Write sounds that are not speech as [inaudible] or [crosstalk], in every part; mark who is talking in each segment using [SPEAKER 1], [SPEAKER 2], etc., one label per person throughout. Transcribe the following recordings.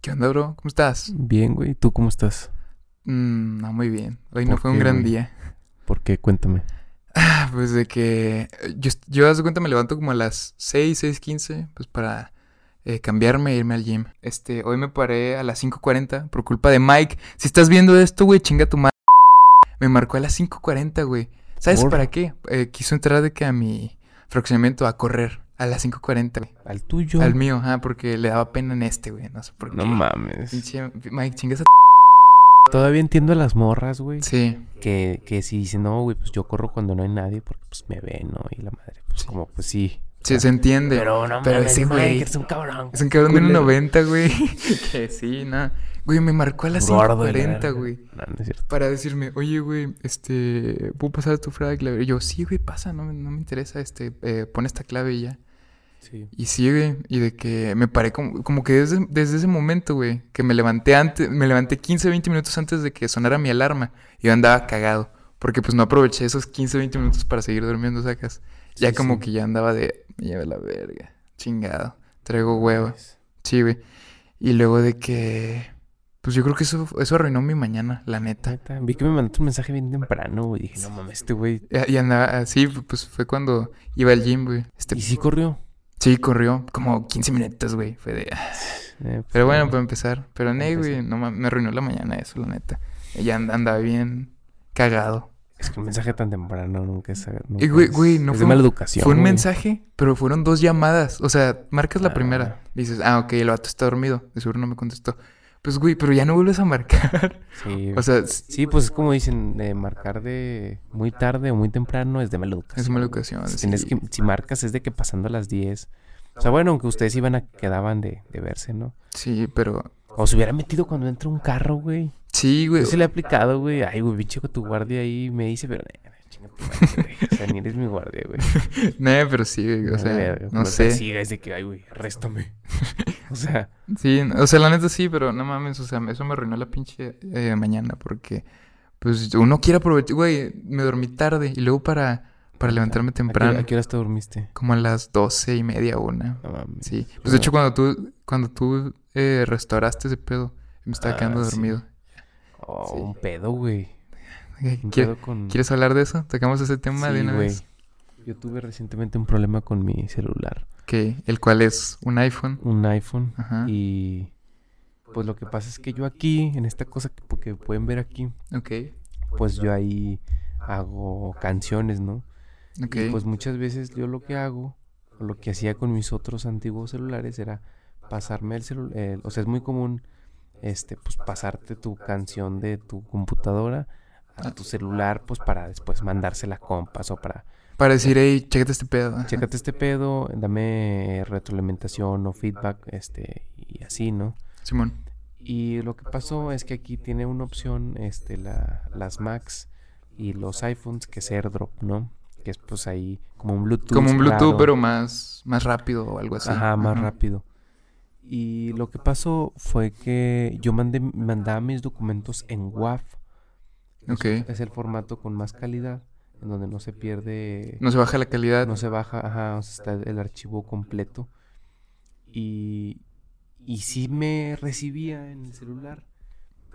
[SPEAKER 1] ¿Qué onda, bro? ¿Cómo estás?
[SPEAKER 2] Bien, güey. ¿Tú cómo estás?
[SPEAKER 1] Mm, no, muy bien. Hoy no
[SPEAKER 2] ¿Por
[SPEAKER 1] fue un
[SPEAKER 2] qué,
[SPEAKER 1] gran
[SPEAKER 2] güey?
[SPEAKER 1] día. [laughs]
[SPEAKER 2] ¿Por qué? Cuéntame.
[SPEAKER 1] Ah, Pues de que eh, yo, est- yo haz de cuenta, me levanto como a las 6, 6, 15, pues para eh, cambiarme e irme al gym. Este, hoy me paré a las 5.40 por culpa de Mike. Si estás viendo esto, güey, chinga tu madre. Me marcó a las 5.40, güey. ¿Sabes
[SPEAKER 2] Por-
[SPEAKER 1] para qué? Eh, quiso entrar de que a mi fraccionamiento a correr a las 5.40, güey.
[SPEAKER 2] ¿Al tuyo?
[SPEAKER 1] Al mío, ajá, porque le daba pena en este, güey. No sé por qué.
[SPEAKER 2] No mames.
[SPEAKER 1] Pinche Mike, chinga esa
[SPEAKER 2] Todavía entiendo a las morras, güey.
[SPEAKER 1] Sí,
[SPEAKER 2] Que, que si dicen, no, güey, pues yo corro cuando no hay nadie porque pues me ven, ¿no? Y la madre, pues como, pues sí.
[SPEAKER 1] sí, se entiende.
[SPEAKER 2] Pero no
[SPEAKER 1] Pero
[SPEAKER 2] mames,
[SPEAKER 1] ese güey-
[SPEAKER 2] que eres un cabrón.
[SPEAKER 1] Es un cabrón de
[SPEAKER 2] Culero.
[SPEAKER 1] 90,
[SPEAKER 2] [laughs]
[SPEAKER 1] güey. que sí, nada. Güey, me marcó a las
[SPEAKER 2] Gordo y la
[SPEAKER 1] 5.40,
[SPEAKER 2] verga.
[SPEAKER 1] güey.
[SPEAKER 2] No, no es cierto.
[SPEAKER 1] Para decirme, oye, güey, este, ¿puedo pasar tu frag? La verga. Yo, sí, güey, pasa, no, me- no me interesa, este, eh, pon esta clave y ya.
[SPEAKER 2] Sí.
[SPEAKER 1] Y sí, güey, y de que me paré como, como que desde, desde ese momento, güey, que me levanté antes, me levanté 15, 20 minutos antes de que sonara mi alarma. Y yo andaba cagado, porque pues no aproveché esos 15, 20 minutos para seguir durmiendo, sacas. Ya
[SPEAKER 2] Sí,
[SPEAKER 1] como
[SPEAKER 2] sí.
[SPEAKER 1] que ya andaba de, me lleva la verga, chingado, traigo hueva. Sí, güey. Y luego de que. Pues yo creo que eso, eso arruinó mi mañana, la neta.
[SPEAKER 2] Neta, Vi que me mandaste un mensaje bien temprano, güey. Dije, no mames, este güey.
[SPEAKER 1] Y y andaba así, pues fue cuando iba al gym, güey. Este,
[SPEAKER 2] Y sí corrió.
[SPEAKER 1] sí, corrió como 15 minutos, güey. Fue de. ah.
[SPEAKER 2] Eh, pues,
[SPEAKER 1] Pero bueno,
[SPEAKER 2] no.
[SPEAKER 1] para empezar. Pero
[SPEAKER 2] Para
[SPEAKER 1] ne, güey,
[SPEAKER 2] empezar.
[SPEAKER 1] no ma- me arruinó la mañana eso, la neta. Ya and- andaba bien cagado.
[SPEAKER 2] Es que un mensaje tan temprano nunca es. nunca
[SPEAKER 1] Y, güey,
[SPEAKER 2] es-
[SPEAKER 1] güey, no fue
[SPEAKER 2] es de
[SPEAKER 1] un-
[SPEAKER 2] mala educación.
[SPEAKER 1] Fue un
[SPEAKER 2] güey.
[SPEAKER 1] mensaje, pero fueron dos llamadas. O sea, marcas la
[SPEAKER 2] Ah.
[SPEAKER 1] primera. Dices, ah, ok, el vato está dormido. De seguro no me contestó. Pues, güey, pero ya no vuelves a marcar. [laughs]
[SPEAKER 2] Sí.
[SPEAKER 1] o sea, s-
[SPEAKER 2] Sí, pues es como dicen, de marcar de muy tarde o muy temprano es de mala educación.
[SPEAKER 1] es mala educación.
[SPEAKER 2] Si, tienes
[SPEAKER 1] sí.
[SPEAKER 2] que, si marcas es de que pasando las 10. O sea, bueno, aunque ustedes iban a, quedaban de, de verse, ¿no?
[SPEAKER 1] Sí, pero.
[SPEAKER 2] O se hubiera metido cuando entra un carro, güey.
[SPEAKER 1] Sí, güey.
[SPEAKER 2] Yo se le he aplicado, güey. Ay, güey, pinche con tu guardia ahí me dice, pero... eh, chinga tu madre, güey. O sea, ni eres mi guardia, güey.
[SPEAKER 1] No, pero sí, güey, o
[SPEAKER 2] Vale,
[SPEAKER 1] sea,
[SPEAKER 2] verga, pues,
[SPEAKER 1] no
[SPEAKER 2] o sea,
[SPEAKER 1] sé.
[SPEAKER 2] Sí, es de que, ay, güey,
[SPEAKER 1] [laughs]
[SPEAKER 2] arréstame. O sea,
[SPEAKER 1] Sí, o sea, la neta sí, pero no mames, o sea, eso me arruinó la pinche eh, mañana porque, pues, uno quiere aprovechar, güey, me dormí tarde y luego para, para levantarme
[SPEAKER 2] ¿a qué, hora-
[SPEAKER 1] temprano,
[SPEAKER 2] a qué horas te dormiste?
[SPEAKER 1] como a las doce y media, una.
[SPEAKER 2] No mames.
[SPEAKER 1] Sí, pues de hecho cuando tú, cuando tú eh, restauraste ese pedo, me estaba
[SPEAKER 2] Ah,
[SPEAKER 1] quedando
[SPEAKER 2] sí.
[SPEAKER 1] dormido.
[SPEAKER 2] Oh,
[SPEAKER 1] sí.
[SPEAKER 2] un pedo, güey. Un
[SPEAKER 1] ¿Quieres,
[SPEAKER 2] pedo con...
[SPEAKER 1] ¿Quieres hablar de eso? Tocamos ese tema de
[SPEAKER 2] Sí,
[SPEAKER 1] una
[SPEAKER 2] güey.
[SPEAKER 1] vez.
[SPEAKER 2] Yo tuve recientemente un problema con mi celular,
[SPEAKER 1] Que, el cual es un iPhone.
[SPEAKER 2] un iPhone,
[SPEAKER 1] Ajá.
[SPEAKER 2] y pues lo que pasa es que yo aquí, en esta cosa que, que pueden ver aquí,
[SPEAKER 1] Ok,
[SPEAKER 2] pues yo ahí hago canciones, ¿no?
[SPEAKER 1] ok.
[SPEAKER 2] Y pues muchas veces yo lo que hago, o lo que hacía con mis otros antiguos celulares era pasarme el celular, o sea, es muy común, este, pues pasarte tu canción de tu computadora a tu celular, pues para después mandársela a compas o para
[SPEAKER 1] Para decir, hey, chécate este pedo. ajá.
[SPEAKER 2] Chécate este pedo, dame retroalimentación o feedback, este, y así, ¿no?
[SPEAKER 1] Simón.
[SPEAKER 2] Y lo que pasó es que aquí tiene una opción, este, la, las Macs y los iPhones, que es AirDrop, ¿no? Que es pues ahí como un Bluetooth.
[SPEAKER 1] Como un Bluetooth,
[SPEAKER 2] raro.
[SPEAKER 1] pero más, más rápido o algo así.
[SPEAKER 2] Ajá, más
[SPEAKER 1] Ajá.
[SPEAKER 2] rápido. Y lo que pasó fue que yo mandé, mandaba mis documentos en WAV. que es-
[SPEAKER 1] Ok.
[SPEAKER 2] Es el formato con más calidad, en donde no se pierde
[SPEAKER 1] No se baja la calidad.
[SPEAKER 2] no se baja, ajá, o sea, está el archivo completo. Y, y sí me recibía en el celular,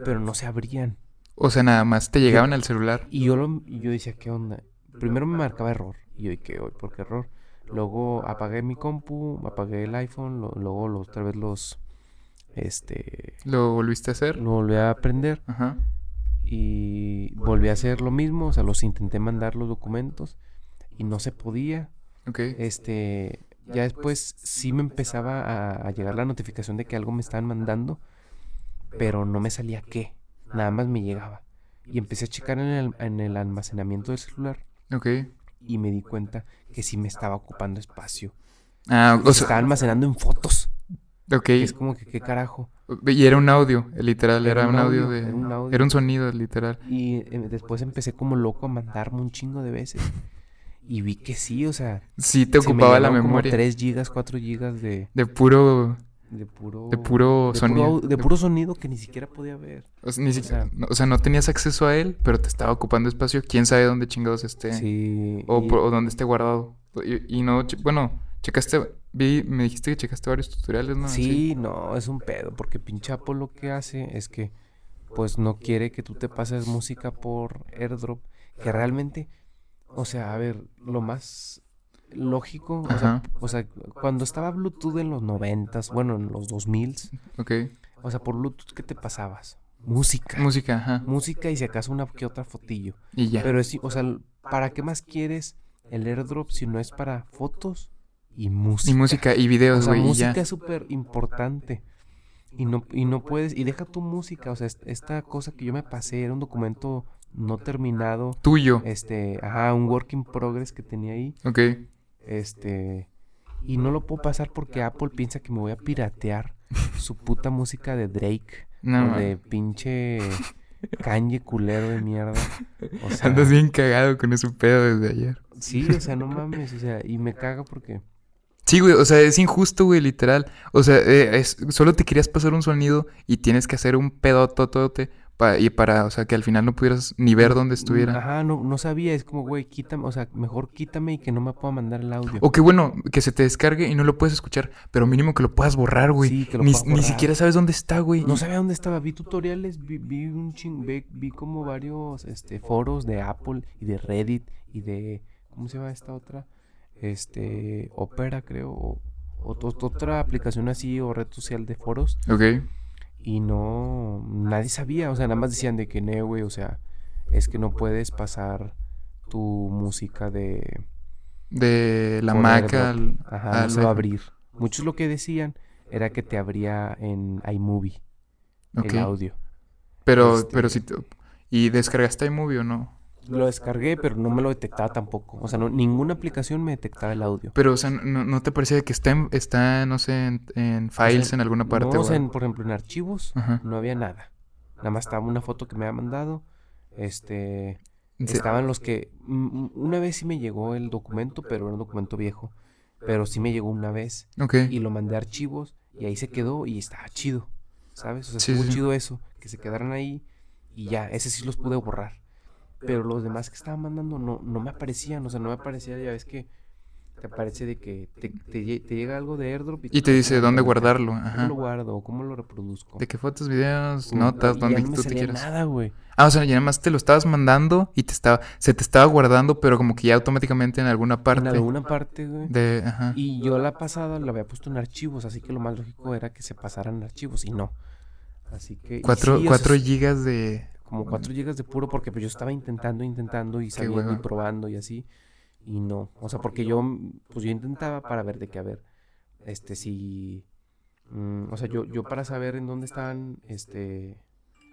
[SPEAKER 2] pero no se abrían.
[SPEAKER 1] O sea, nada más te llegaban al celular.
[SPEAKER 2] Y yo, lo, y yo decía, ¿qué onda? Primero me marcaba error. Y yo, ¿y qué hoy? ¿Por qué error? Luego apagué mi compu, apagué el iPhone, lo- luego los- otra vez los. Este.
[SPEAKER 1] ¿Lo volviste a hacer?
[SPEAKER 2] Lo volví a aprender
[SPEAKER 1] Ajá.
[SPEAKER 2] y volví a hacer lo mismo. O sea, los intenté mandar los documentos y no se podía.
[SPEAKER 1] Ok.
[SPEAKER 2] Este, ya después sí me empezaba a, a llegar la notificación de que algo me estaban mandando, pero no me salía qué, nada más me llegaba. Y empecé a checar en el, en el almacenamiento del celular
[SPEAKER 1] Ok.
[SPEAKER 2] y me di cuenta que sí me estaba ocupando espacio.
[SPEAKER 1] Ah,
[SPEAKER 2] Se
[SPEAKER 1] o
[SPEAKER 2] estaba
[SPEAKER 1] sea,
[SPEAKER 2] almacenando en fotos.
[SPEAKER 1] ok.
[SPEAKER 2] que es como que qué carajo.
[SPEAKER 1] Y era un audio, eh, literal. Era un audio de.
[SPEAKER 2] era un audio.
[SPEAKER 1] Era un sonido, literal.
[SPEAKER 2] Y eh, después empecé como loco a mandarme un chingo de veces. Y vi que sí, o sea,
[SPEAKER 1] Sí, te
[SPEAKER 2] se me
[SPEAKER 1] ocupaba la
[SPEAKER 2] llenaron como
[SPEAKER 1] memoria.
[SPEAKER 2] 3 gigas, 4 gigas de,
[SPEAKER 1] De puro.
[SPEAKER 2] de puro...
[SPEAKER 1] De puro
[SPEAKER 2] Oh, de puro
[SPEAKER 1] sonido.
[SPEAKER 2] au- de puro sonido que ni siquiera podía ver.
[SPEAKER 1] O sea, ni
[SPEAKER 2] o
[SPEAKER 1] siquiera-
[SPEAKER 2] sea-
[SPEAKER 1] no- o sea, no tenías acceso a él, pero te estaba ocupando espacio. Quién sabe dónde chingados esté.
[SPEAKER 2] Sí.
[SPEAKER 1] O,
[SPEAKER 2] y-
[SPEAKER 1] por- o dónde esté guardado. Y, y no. che- Bueno, checaste Vi, me dijiste que checaste varios tutoriales, ¿no?
[SPEAKER 2] Sí, no, es un pedo, porque Pinchapo lo que hace es que pues no quiere que tú te pases música por airdrop, que realmente, o sea, a ver, lo más lógico, o sea,
[SPEAKER 1] Ajá.
[SPEAKER 2] o sea, cuando estaba Bluetooth en los noventas, bueno, en los 2000s,
[SPEAKER 1] Ok.
[SPEAKER 2] o sea, por Bluetooth, ¿qué te pasabas? Música.
[SPEAKER 1] Música, ajá.
[SPEAKER 2] música y si acaso una que otra fotillo.
[SPEAKER 1] Y ya.
[SPEAKER 2] Pero es, o sea, ¿para qué más quieres el airdrop si no es para fotos y música?
[SPEAKER 1] y música y
[SPEAKER 2] pues, O
[SPEAKER 1] videos,
[SPEAKER 2] sea,
[SPEAKER 1] güey, y
[SPEAKER 2] música
[SPEAKER 1] ya.
[SPEAKER 2] es súper importante. Y no, y no puedes, y deja tu música, o sea, es- esta cosa que yo me pasé era un documento no terminado,
[SPEAKER 1] Tuyo.
[SPEAKER 2] este, ajá, un work in progress que tenía ahí,
[SPEAKER 1] Ok.
[SPEAKER 2] este, y no lo puedo pasar porque Apple piensa que me voy a piratear su puta música de Drake,
[SPEAKER 1] No,
[SPEAKER 2] o de
[SPEAKER 1] mames.
[SPEAKER 2] pinche Kanye culero de mierda.
[SPEAKER 1] [laughs]
[SPEAKER 2] O sea,
[SPEAKER 1] [laughs] Andas bien cagado con ese pedo desde ayer.
[SPEAKER 2] sí, o sea, no mames, o sea, y me caga porque
[SPEAKER 1] Sí, güey, o sea, es injusto, güey, literal. O sea, eh, es, solo te querías pasar un sonido y tienes que hacer un pedototote pa- y para, o sea, que al final no pudieras ni ver dónde estuviera.
[SPEAKER 2] Ajá, no, no sabía, es como, güey, quítame, o sea, mejor quítame y que no me pueda mandar el audio.
[SPEAKER 1] O que bueno, que se te descargue y no lo puedes escuchar, pero mínimo que lo puedas borrar, güey.
[SPEAKER 2] Sí, que lo
[SPEAKER 1] ni,
[SPEAKER 2] puedas
[SPEAKER 1] ni
[SPEAKER 2] borrar.
[SPEAKER 1] siquiera sabes dónde está, güey.
[SPEAKER 2] No sabía dónde estaba, vi tutoriales, vi, vi un ching, vi, vi como varios este, foros de Apple y de Reddit y de, ¿cómo se llama esta otra? Este, Opera creo, o, o to- otra aplicación así o red social de foros.
[SPEAKER 1] Ok.
[SPEAKER 2] Y no, nadie sabía, o sea, nada más decían de que no, güey, o sea, es que no puedes pasar tu música de...
[SPEAKER 1] De la
[SPEAKER 2] Por
[SPEAKER 1] maca ah, al,
[SPEAKER 2] airdrop. Ajá,
[SPEAKER 1] al
[SPEAKER 2] no se va a
[SPEAKER 1] iPhone.
[SPEAKER 2] abrir. Muchos lo que decían era que te abría en iMovie
[SPEAKER 1] Ok.
[SPEAKER 2] el audio.
[SPEAKER 1] Pero,
[SPEAKER 2] Este-
[SPEAKER 1] pero si te- ¿Y descargaste iMovie o no?
[SPEAKER 2] Lo descargué, pero no me lo detectaba tampoco. O sea, no, ninguna aplicación me detectaba el audio.
[SPEAKER 1] Pero, o sea, ¿no, no te parecía que está, en, está no sé, en, en
[SPEAKER 2] O sea,
[SPEAKER 1] files en alguna parte? Ah.
[SPEAKER 2] no,
[SPEAKER 1] o
[SPEAKER 2] o sea,
[SPEAKER 1] algo?
[SPEAKER 2] en- por ejemplo, en archivos
[SPEAKER 1] Ajá.
[SPEAKER 2] no había nada. Nada más estaba una foto que me había mandado. Este,
[SPEAKER 1] Sí.
[SPEAKER 2] estaban los que mm, una vez sí me llegó el documento, pero era un documento viejo. Pero sí me llegó una vez.
[SPEAKER 1] Ok.
[SPEAKER 2] y lo mandé a archivos y ahí se quedó y estaba chido, ¿sabes? O sea,
[SPEAKER 1] Sí,
[SPEAKER 2] estuvo
[SPEAKER 1] sí.
[SPEAKER 2] chido eso, que se quedaran ahí y ya, ese sí los pude borrar. Pero los demás que estaba mandando no, no me aparecían, o sea, no me aparecía, ya ves que te aparece de que te, te lle- te llega algo de airdrop
[SPEAKER 1] Y te dice dónde
[SPEAKER 2] guardar
[SPEAKER 1] guardarlo.
[SPEAKER 2] ¿Cómo
[SPEAKER 1] Ajá.
[SPEAKER 2] lo guardo? ¿Cómo lo reproduzco?
[SPEAKER 1] De qué fotos, videos,
[SPEAKER 2] Pum,
[SPEAKER 1] notas,
[SPEAKER 2] y
[SPEAKER 1] donde
[SPEAKER 2] ya no me
[SPEAKER 1] tú te
[SPEAKER 2] salía
[SPEAKER 1] quieras.
[SPEAKER 2] nada, güey.
[SPEAKER 1] Ah, o sea, ya nada más te lo estabas mandando y te estaba, se te estaba guardando, pero como que ya automáticamente en alguna
[SPEAKER 2] En
[SPEAKER 1] parte
[SPEAKER 2] alguna parte, güey.
[SPEAKER 1] de, ajá.
[SPEAKER 2] Y yo la pasada la había puesto en archivos, así que lo más lógico era que se pasaran archivos y no. Así que... y
[SPEAKER 1] Cuatro,
[SPEAKER 2] sí, o sea,
[SPEAKER 1] cuatro gigas de,
[SPEAKER 2] como 4 gigas de puro porque pues yo estaba intentando, intentando y sabiendo y
[SPEAKER 1] hueva.
[SPEAKER 2] probando y así y no, o sea, porque yo mm, pues yo intentaba para ver de qué a ver este si mm, o sea, yo yo para saber en dónde estaban este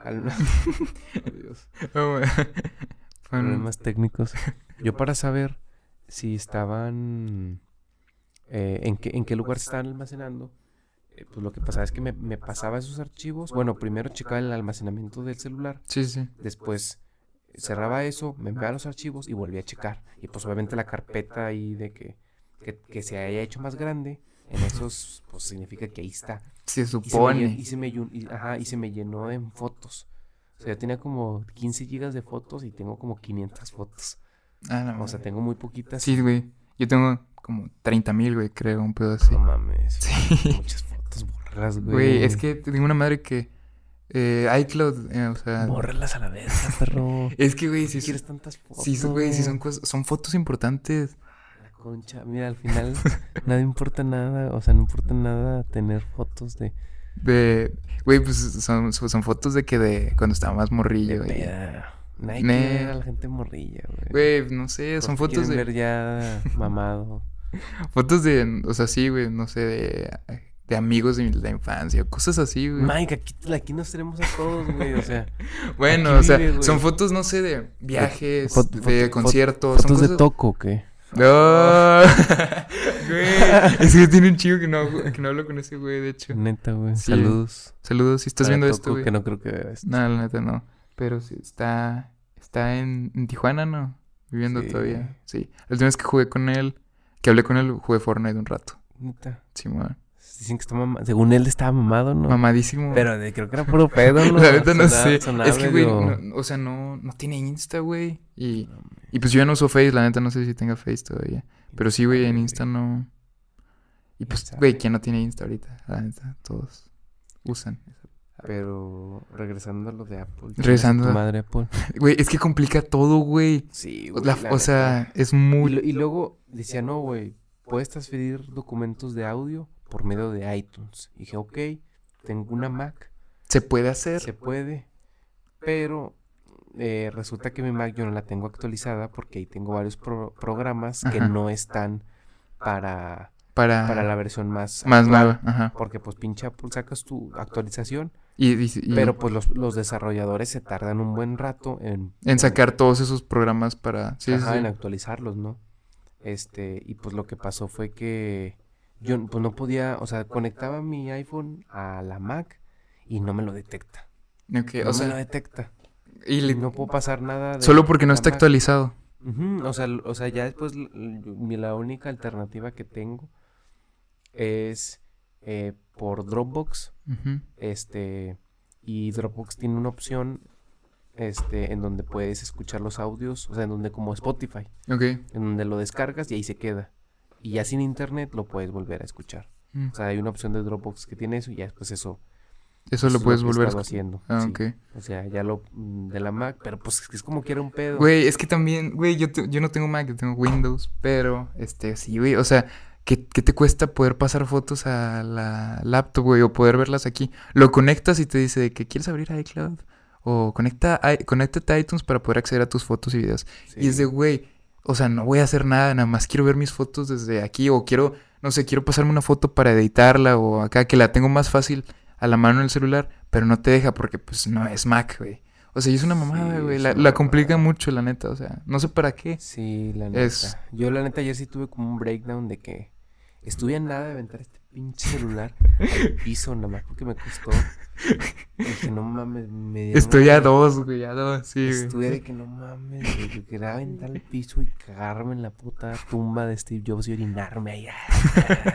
[SPEAKER 2] al- [laughs] [laughs] Oh,
[SPEAKER 1] [laughs]
[SPEAKER 2] Dios,
[SPEAKER 1] Fue un-
[SPEAKER 2] problemas técnicos. Yo para saber si estaban eh, en qué en qué lugar se estaban almacenando eh, pues lo que pasaba es que me, me pasaba esos archivos. Bueno, primero checaba el almacenamiento del celular
[SPEAKER 1] Sí, sí.
[SPEAKER 2] Después cerraba eso, me enviaba los archivos y volví a checar. Y pues obviamente la carpeta ahí de que, que, que se haya hecho más grande, en esos pues significa que ahí está.
[SPEAKER 1] Se
[SPEAKER 2] Y se me,
[SPEAKER 1] supone.
[SPEAKER 2] llen- y se me, llen- y- ajá, y se me llenó en fotos. O sea, yo tenía como 15 gigas de fotos y tengo como 500 fotos.
[SPEAKER 1] Ah, la
[SPEAKER 2] O
[SPEAKER 1] madre.
[SPEAKER 2] sea, tengo muy poquitas.
[SPEAKER 1] Sí, güey. Yo tengo como 30 mil, güey, creo, un pedo así.
[SPEAKER 2] No mames.
[SPEAKER 1] Sí.
[SPEAKER 2] Muchas fotos, borras, güey.
[SPEAKER 1] Güey, es que tengo una madre que. Eh, iCloud, eh, o sea.
[SPEAKER 2] Bórralas a la vez, perro.
[SPEAKER 1] [laughs]
[SPEAKER 2] ¿Por
[SPEAKER 1] Es que, güey,
[SPEAKER 2] qué
[SPEAKER 1] si,
[SPEAKER 2] quieres tantas fotos?
[SPEAKER 1] si, güey, si son cosas. Son fotos importantes.
[SPEAKER 2] La concha, mira, al final [laughs] nada importa nada, o sea, no importa nada tener fotos de,
[SPEAKER 1] De. Güey, pues son, son, son fotos de que de cuando estaba más
[SPEAKER 2] de
[SPEAKER 1] morrillo. güey.
[SPEAKER 2] peda. Nadie
[SPEAKER 1] Ne.
[SPEAKER 2] quiere ver a la gente morrilla, güey.
[SPEAKER 1] Güey, no sé,
[SPEAKER 2] Todos
[SPEAKER 1] son
[SPEAKER 2] te
[SPEAKER 1] fotos
[SPEAKER 2] quieren
[SPEAKER 1] de. [laughs]
[SPEAKER 2] ver ya mamado.
[SPEAKER 1] Fotos de. O sea, sí, güey, no sé, de. De amigos de mi- la infancia, cosas así, güey.
[SPEAKER 2] Mike, aquí, aquí nos tenemos a todos, güey, o sea.
[SPEAKER 1] bueno,
[SPEAKER 2] aquí
[SPEAKER 1] o sea,
[SPEAKER 2] vive, güey.
[SPEAKER 1] son fotos, no sé, de viajes,
[SPEAKER 2] Fot-
[SPEAKER 1] de
[SPEAKER 2] foto-
[SPEAKER 1] conciertos.
[SPEAKER 2] ¿Fotos
[SPEAKER 1] Pues son
[SPEAKER 2] de
[SPEAKER 1] cosas-
[SPEAKER 2] toco o qué?
[SPEAKER 1] No.
[SPEAKER 2] [laughs]
[SPEAKER 1] güey. Es que tiene un chico que no, que no hablo con ese güey, de hecho.
[SPEAKER 2] Neta, güey.
[SPEAKER 1] Sí.
[SPEAKER 2] Saludos.
[SPEAKER 1] Saludos, si estás
[SPEAKER 2] para
[SPEAKER 1] viendo
[SPEAKER 2] Toco,
[SPEAKER 1] esto, güey.
[SPEAKER 2] Ah, que no creo que veas.
[SPEAKER 1] No, la neta no. Pero sí, está, está en, en Tijuana, ¿no? Viviendo
[SPEAKER 2] Sí.
[SPEAKER 1] todavía. Sí. La última vez que jugué con él, que hablé con él, jugué Fortnite un rato.
[SPEAKER 2] Neta.
[SPEAKER 1] Simón.
[SPEAKER 2] Dicen que está mamado. Según él estaba mamado, ¿no?
[SPEAKER 1] Mamadísimo.
[SPEAKER 2] Pero de- creo que era puro pedo, ¿no?
[SPEAKER 1] [laughs] la neta no
[SPEAKER 2] Sonaba-
[SPEAKER 1] sé.
[SPEAKER 2] sonaba
[SPEAKER 1] es que, güey,
[SPEAKER 2] medio-
[SPEAKER 1] no- o sea, no, no tiene Insta, güey. Y, y pues yo ya no uso Face, la neta no sé si tenga Face todavía. Pero sí, güey, en Insta no. Y pues, güey, ¿quién no tiene Insta ahorita? La neta, todos usan. [laughs]
[SPEAKER 2] Pero regresando a lo de Apple. chinga
[SPEAKER 1] Regresando
[SPEAKER 2] tu
[SPEAKER 1] a-
[SPEAKER 2] madre Apple.
[SPEAKER 1] Güey, es que complica todo, güey.
[SPEAKER 2] Sí,
[SPEAKER 1] La-
[SPEAKER 2] la
[SPEAKER 1] o sea, es muy...
[SPEAKER 2] Y, lo- y luego decía, no, güey, puedes transferir documentos de audio por medio de iTunes. Y dije, ok, tengo una Mac,
[SPEAKER 1] Se puede hacer.
[SPEAKER 2] se puede, pero eh, resulta que mi Mac yo no la tengo actualizada porque ahí tengo varios pro- programas que
[SPEAKER 1] Ajá.
[SPEAKER 2] no están para,
[SPEAKER 1] para,
[SPEAKER 2] para la versión más,
[SPEAKER 1] más
[SPEAKER 2] actual,
[SPEAKER 1] nueva. Ajá.
[SPEAKER 2] Porque pues pinche Apple sacas tu actualización,
[SPEAKER 1] Y, dice- y
[SPEAKER 2] pero pues los, los desarrolladores se tardan un buen rato en,
[SPEAKER 1] en sacar todos esos programas para... Sí, sí,
[SPEAKER 2] Ajá,
[SPEAKER 1] sí.
[SPEAKER 2] en actualizarlos, ¿no? Este, y pues lo que pasó fue que yo pues no podía, o sea, conectaba mi iPhone a la Mac y no me lo detecta.
[SPEAKER 1] Ok,
[SPEAKER 2] No
[SPEAKER 1] Eh, o
[SPEAKER 2] me lo
[SPEAKER 1] sea,
[SPEAKER 2] detecta.
[SPEAKER 1] y le-
[SPEAKER 2] No puedo pasar nada de
[SPEAKER 1] solo porque no
[SPEAKER 2] la
[SPEAKER 1] está
[SPEAKER 2] Mac.
[SPEAKER 1] actualizado.
[SPEAKER 2] Ujú, o sea, l- o sea, ya después l- l- mi- la única alternativa que tengo es eh, por Dropbox,
[SPEAKER 1] Ujú.
[SPEAKER 2] este, y Dropbox tiene una opción este en donde puedes escuchar los audios, o sea, en donde como Spotify
[SPEAKER 1] Ok.
[SPEAKER 2] en donde lo descargas y ahí se queda. Y ya sin internet lo puedes volver a escuchar.
[SPEAKER 1] Mm.
[SPEAKER 2] O sea, hay una opción de Dropbox que tiene eso y ya pues eso.
[SPEAKER 1] Eso lo
[SPEAKER 2] es
[SPEAKER 1] puedes
[SPEAKER 2] que he
[SPEAKER 1] volver a
[SPEAKER 2] estado
[SPEAKER 1] escuchar.
[SPEAKER 2] haciendo.
[SPEAKER 1] Ah,
[SPEAKER 2] sí.
[SPEAKER 1] ok.
[SPEAKER 2] O sea, ya lo mm, de la Mac, pero pues es que es como que era un pedo.
[SPEAKER 1] Güey, es que también, güey, yo, te- yo no tengo Mac, yo tengo Windows, pero, este, sí, güey, o sea, ¿qué, qué te cuesta poder pasar fotos a la laptop, güey, o poder verlas aquí? Lo conectas y te dice de que quieres abrir iCloud, o conecta, i- conéctate a iTunes para poder acceder a tus fotos y videos. Y es de, güey, o sea, no voy a hacer nada, nada más quiero ver mis fotos desde aquí, o quiero, no sé, quiero pasarme una foto para editarla, o acá, que la tengo más fácil a la mano en el celular, pero no te deja porque, pues, no es Mac, güey. O sea, y es una mamada,
[SPEAKER 2] Sí,
[SPEAKER 1] güey.
[SPEAKER 2] es
[SPEAKER 1] La,
[SPEAKER 2] una
[SPEAKER 1] la complica
[SPEAKER 2] mamada.
[SPEAKER 1] mucho, la neta. O sea, no sé para qué.
[SPEAKER 2] Sí, la neta.
[SPEAKER 1] Es-
[SPEAKER 2] Yo la neta ayer sí tuve como un breakdown de que estuve a nada de aventar este pinche celular al piso nada más porque me costó. Y dije, no mames, me dieron
[SPEAKER 1] Estoy
[SPEAKER 2] una-
[SPEAKER 1] a dos, güey, a dos, sí, güey.
[SPEAKER 2] Estuve de que no mames, güey. Yo quería aventar al piso y cagarme en la puta tumba de Steve Jobs y orinarme Ah, allá.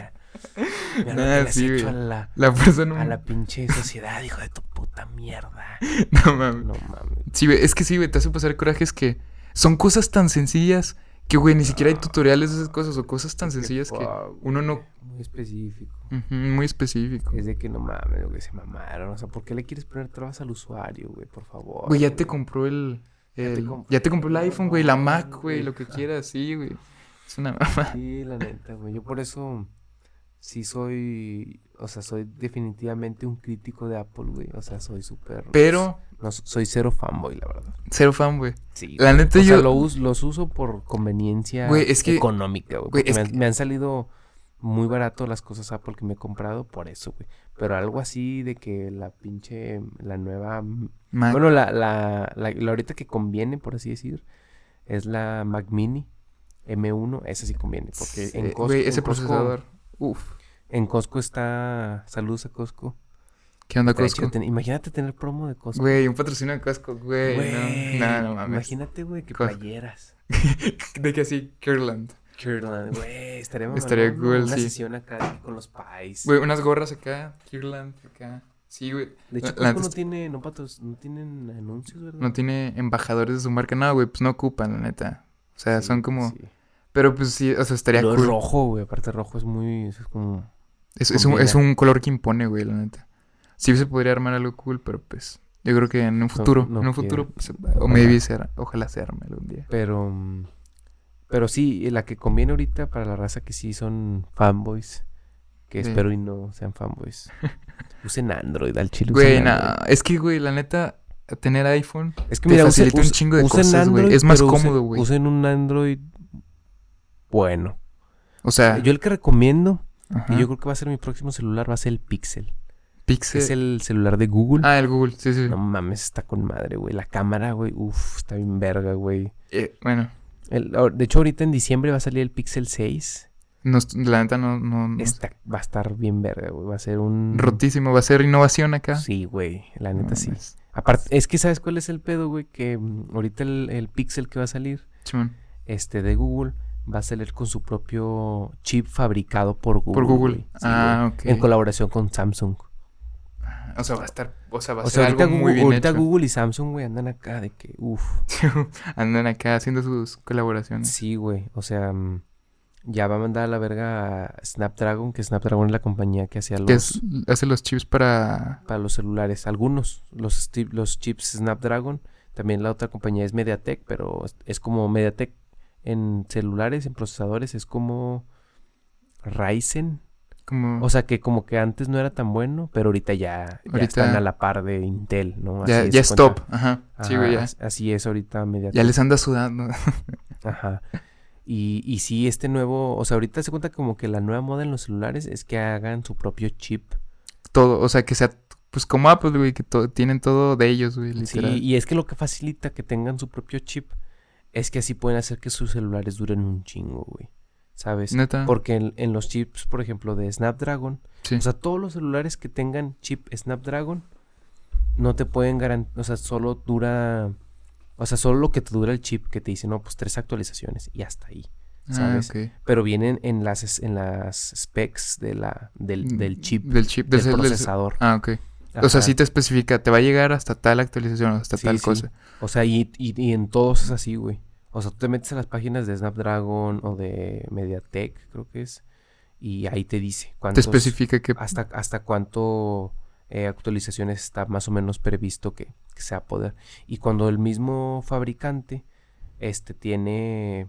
[SPEAKER 2] Mira
[SPEAKER 1] Nah,
[SPEAKER 2] lo que le has
[SPEAKER 1] Ah, sí,
[SPEAKER 2] hecho a
[SPEAKER 1] güey.
[SPEAKER 2] la,
[SPEAKER 1] [laughs] La fuerza no.
[SPEAKER 2] a la pinche sociedad, hijo de tu puta mierda.
[SPEAKER 1] [laughs] No mames.
[SPEAKER 2] No mames.
[SPEAKER 1] Sí, güey, es que sí, güey, te hace pasar corajes que son cosas tan sencillas que, güey, ni siquiera hay tutoriales de esas cosas o cosas tan
[SPEAKER 2] Es que,
[SPEAKER 1] sencillas que
[SPEAKER 2] wow,
[SPEAKER 1] uno no.
[SPEAKER 2] Muy específico.
[SPEAKER 1] Ujú, muy específico.
[SPEAKER 2] Es de que no mames, lo que se mamaron. O sea, ¿por qué le quieres poner trabas al usuario, güey? Por favor.
[SPEAKER 1] Güey, ya te compró el.
[SPEAKER 2] Ya te
[SPEAKER 1] el-
[SPEAKER 2] compré
[SPEAKER 1] ya te compró el
[SPEAKER 2] el
[SPEAKER 1] iPhone, güey, la
[SPEAKER 2] iPhone,
[SPEAKER 1] Mac, güey, lo que
[SPEAKER 2] güey.
[SPEAKER 1] quieras, sí, güey. Es
[SPEAKER 2] [laughs]
[SPEAKER 1] una [laughs] mamá.
[SPEAKER 2] Sí, la neta, güey. Yo por eso sí soy, o sea, soy definitivamente un crítico de Apple, güey. O sea, soy súper...
[SPEAKER 1] Pero,
[SPEAKER 2] No, so- soy cero fanboy, la verdad.
[SPEAKER 1] cero fan, güey.
[SPEAKER 2] Sí.
[SPEAKER 1] La neta,
[SPEAKER 2] o
[SPEAKER 1] yo.
[SPEAKER 2] sea, lo us- los uso por conveniencia
[SPEAKER 1] Güey, es que-
[SPEAKER 2] económica, güey.
[SPEAKER 1] güey,
[SPEAKER 2] porque
[SPEAKER 1] es
[SPEAKER 2] me, han-
[SPEAKER 1] que-
[SPEAKER 2] me han salido muy barato las cosas Apple que me he comprado por eso, güey. Pero algo así de que la pinche, la nueva...
[SPEAKER 1] Mac.
[SPEAKER 2] Bueno, la, la, la, la ahorita que conviene, por así decir, es la Mac Mini M1. Esa sí conviene, porque en
[SPEAKER 1] Eh,
[SPEAKER 2] Costco...
[SPEAKER 1] güey, ese
[SPEAKER 2] en Costco-
[SPEAKER 1] procesador. Uf.
[SPEAKER 2] En Costco está... Saludos a Costco.
[SPEAKER 1] ¿Qué onda,
[SPEAKER 2] Estaría chido
[SPEAKER 1] Costco?
[SPEAKER 2] ten- Imagínate tener promo de Costco.
[SPEAKER 1] Güey, un patrocinio de Costco, güey.
[SPEAKER 2] Güey,
[SPEAKER 1] No, no, no mames.
[SPEAKER 2] Imagínate, güey, que
[SPEAKER 1] Costco.
[SPEAKER 2] playeras.
[SPEAKER 1] [laughs] De que así, Kirland.
[SPEAKER 2] Kirtland, güey, estaría mamalón,
[SPEAKER 1] Estaría
[SPEAKER 2] ¿no?
[SPEAKER 1] cool,
[SPEAKER 2] Una
[SPEAKER 1] sí.
[SPEAKER 2] sesión acá de- con los pais.
[SPEAKER 1] Güey, unas gorras acá, Kirland acá. Sí, güey.
[SPEAKER 2] de hecho,
[SPEAKER 1] la-
[SPEAKER 2] Costco
[SPEAKER 1] antes-
[SPEAKER 2] no tiene, no patos, no tienen anuncios, ¿verdad?
[SPEAKER 1] No tiene embajadores de su marca. No, güey, pues no ocupan, la neta. O sea,
[SPEAKER 2] Sí,
[SPEAKER 1] son como.
[SPEAKER 2] sí.
[SPEAKER 1] Pero pues sí, o sea, estaría
[SPEAKER 2] Lo
[SPEAKER 1] cool.
[SPEAKER 2] rojo, güey, aparte rojo es muy, eso es como...
[SPEAKER 1] Es, es un,
[SPEAKER 2] combina.
[SPEAKER 1] es un color que impone, güey, la neta. Sí se podría armar algo cool, pero pues. Yo creo que en un futuro,
[SPEAKER 2] no
[SPEAKER 1] en un
[SPEAKER 2] quiero.
[SPEAKER 1] futuro, se- o
[SPEAKER 2] Ojalá.
[SPEAKER 1] maybe se hará- ojalá se arme algún día.
[SPEAKER 2] Pero, mm, pero sí, la que conviene ahorita para la raza que sí son fanboys, que
[SPEAKER 1] Sí.
[SPEAKER 2] espero y no sean
[SPEAKER 1] [laughs]
[SPEAKER 2] fanboys. Usen Android, al chile.
[SPEAKER 1] Güey,
[SPEAKER 2] usen
[SPEAKER 1] nada,
[SPEAKER 2] Android.
[SPEAKER 1] es que, güey, la neta, tener iPhone
[SPEAKER 2] Es que
[SPEAKER 1] te
[SPEAKER 2] mira, usen,
[SPEAKER 1] facilita un
[SPEAKER 2] usen-
[SPEAKER 1] chingo de
[SPEAKER 2] usen
[SPEAKER 1] cosas, güey.
[SPEAKER 2] Android,
[SPEAKER 1] Es más
[SPEAKER 2] pero usen-
[SPEAKER 1] cómodo, güey.
[SPEAKER 2] Usen un Android bueno.
[SPEAKER 1] O sea,
[SPEAKER 2] Yo el que recomiendo
[SPEAKER 1] Ah. ajá.
[SPEAKER 2] Y yo creo que va a ser mi próximo celular, va a ser el Pixel.
[SPEAKER 1] Pixel.
[SPEAKER 2] Es el celular de Google.
[SPEAKER 1] Ah, el Google, sí, sí.
[SPEAKER 2] No mames, está con madre, güey. La cámara, güey. Uf, está bien verga, güey.
[SPEAKER 1] Eh, bueno,
[SPEAKER 2] El- ahor- de hecho, ahorita en diciembre va a salir el Pixel 6.
[SPEAKER 1] no est- la neta no, no, no sé.
[SPEAKER 2] Está, va a estar bien verga, güey. Va a ser un...
[SPEAKER 1] rotísimo. Va a ser innovación acá.
[SPEAKER 2] Sí, güey. La
[SPEAKER 1] No
[SPEAKER 2] neta sí.
[SPEAKER 1] mames.
[SPEAKER 2] Aparte, es que ¿sabes cuál es el pedo, güey? Que mm, ahorita el, el Pixel que va a salir,
[SPEAKER 1] Simón.
[SPEAKER 2] este, de Google, va a salir con su propio chip fabricado por Google.
[SPEAKER 1] Por Google.
[SPEAKER 2] güey. Sí,
[SPEAKER 1] ah,
[SPEAKER 2] güey. En
[SPEAKER 1] ok.
[SPEAKER 2] colaboración con Samsung.
[SPEAKER 1] O sea, va a estar, o sea, va a
[SPEAKER 2] O
[SPEAKER 1] ser
[SPEAKER 2] sea, ahorita,
[SPEAKER 1] algo muy
[SPEAKER 2] Google,
[SPEAKER 1] bien
[SPEAKER 2] ahorita
[SPEAKER 1] hecho.
[SPEAKER 2] Google y Samsung, güey, andan acá de que, uff,
[SPEAKER 1] Andan acá haciendo sus colaboraciones.
[SPEAKER 2] sí, güey, o sea, mm, ya va a mandar a la verga a Snapdragon, que Snapdragon es la compañía que hacía los,
[SPEAKER 1] Que es- hace los chips para...
[SPEAKER 2] para los celulares. Algunos, los, sti- los chips Snapdragon. También la otra compañía es MediaTek, pero es- es como MediaTek en celulares, en procesadores, es como Ryzen.
[SPEAKER 1] Como...
[SPEAKER 2] O sea que como que antes no era tan bueno, pero ahorita ya, ya
[SPEAKER 1] Ahorita-
[SPEAKER 2] están a la par de Intel, ¿no?
[SPEAKER 1] ya
[SPEAKER 2] Así
[SPEAKER 1] ya
[SPEAKER 2] es
[SPEAKER 1] es
[SPEAKER 2] cuenta.
[SPEAKER 1] top. Ajá. Sí,
[SPEAKER 2] Ajá,
[SPEAKER 1] güey, ya.
[SPEAKER 2] as- Así es ahorita MediaTek.
[SPEAKER 1] Ya les anda sudando. [laughs]
[SPEAKER 2] Ajá. Y, y sí, este nuevo, o sea, ahorita se cuenta como que la nueva moda en los celulares es que hagan su propio chip.
[SPEAKER 1] todo. O sea, que sea... Pues como Apple, güey, que to- tienen todo de ellos, güey,
[SPEAKER 2] Sí,
[SPEAKER 1] literal.
[SPEAKER 2] y es que lo que facilita que tengan su propio chip es que así pueden hacer que sus celulares duren un chingo, güey. ¿Sabes?
[SPEAKER 1] Neta.
[SPEAKER 2] Porque en, en los chips, por ejemplo, de Snapdragon,
[SPEAKER 1] Sí.
[SPEAKER 2] o sea, todos los celulares que tengan chip Snapdragon no te pueden garantizar, o sea, solo dura, o sea, solo lo que te dura el chip que te dice, no, pues tres actualizaciones y hasta ahí.
[SPEAKER 1] Ah,
[SPEAKER 2] ¿sabes?
[SPEAKER 1] ok.
[SPEAKER 2] Pero vienen en las, es- en las specs de la, del, del chip,
[SPEAKER 1] Mm, Del chip.
[SPEAKER 2] del,
[SPEAKER 1] del cel- del-
[SPEAKER 2] procesador.
[SPEAKER 1] Ah, ok. O sea,
[SPEAKER 2] Ajá.
[SPEAKER 1] sí te especifica, te va a llegar hasta tal actualización, hasta
[SPEAKER 2] Sí,
[SPEAKER 1] tal
[SPEAKER 2] sí.
[SPEAKER 1] cosa.
[SPEAKER 2] O sea, y, y- y en todos es así, güey. O sea, tú te metes a las páginas de Snapdragon o de Mediatek, creo que es, y ahí te dice
[SPEAKER 1] Te
[SPEAKER 2] cuántos,
[SPEAKER 1] especifica que...
[SPEAKER 2] hasta, hasta cuánto eh, actualizaciones está más o menos previsto que, que se va a poder. Y cuando el mismo fabricante este, tiene,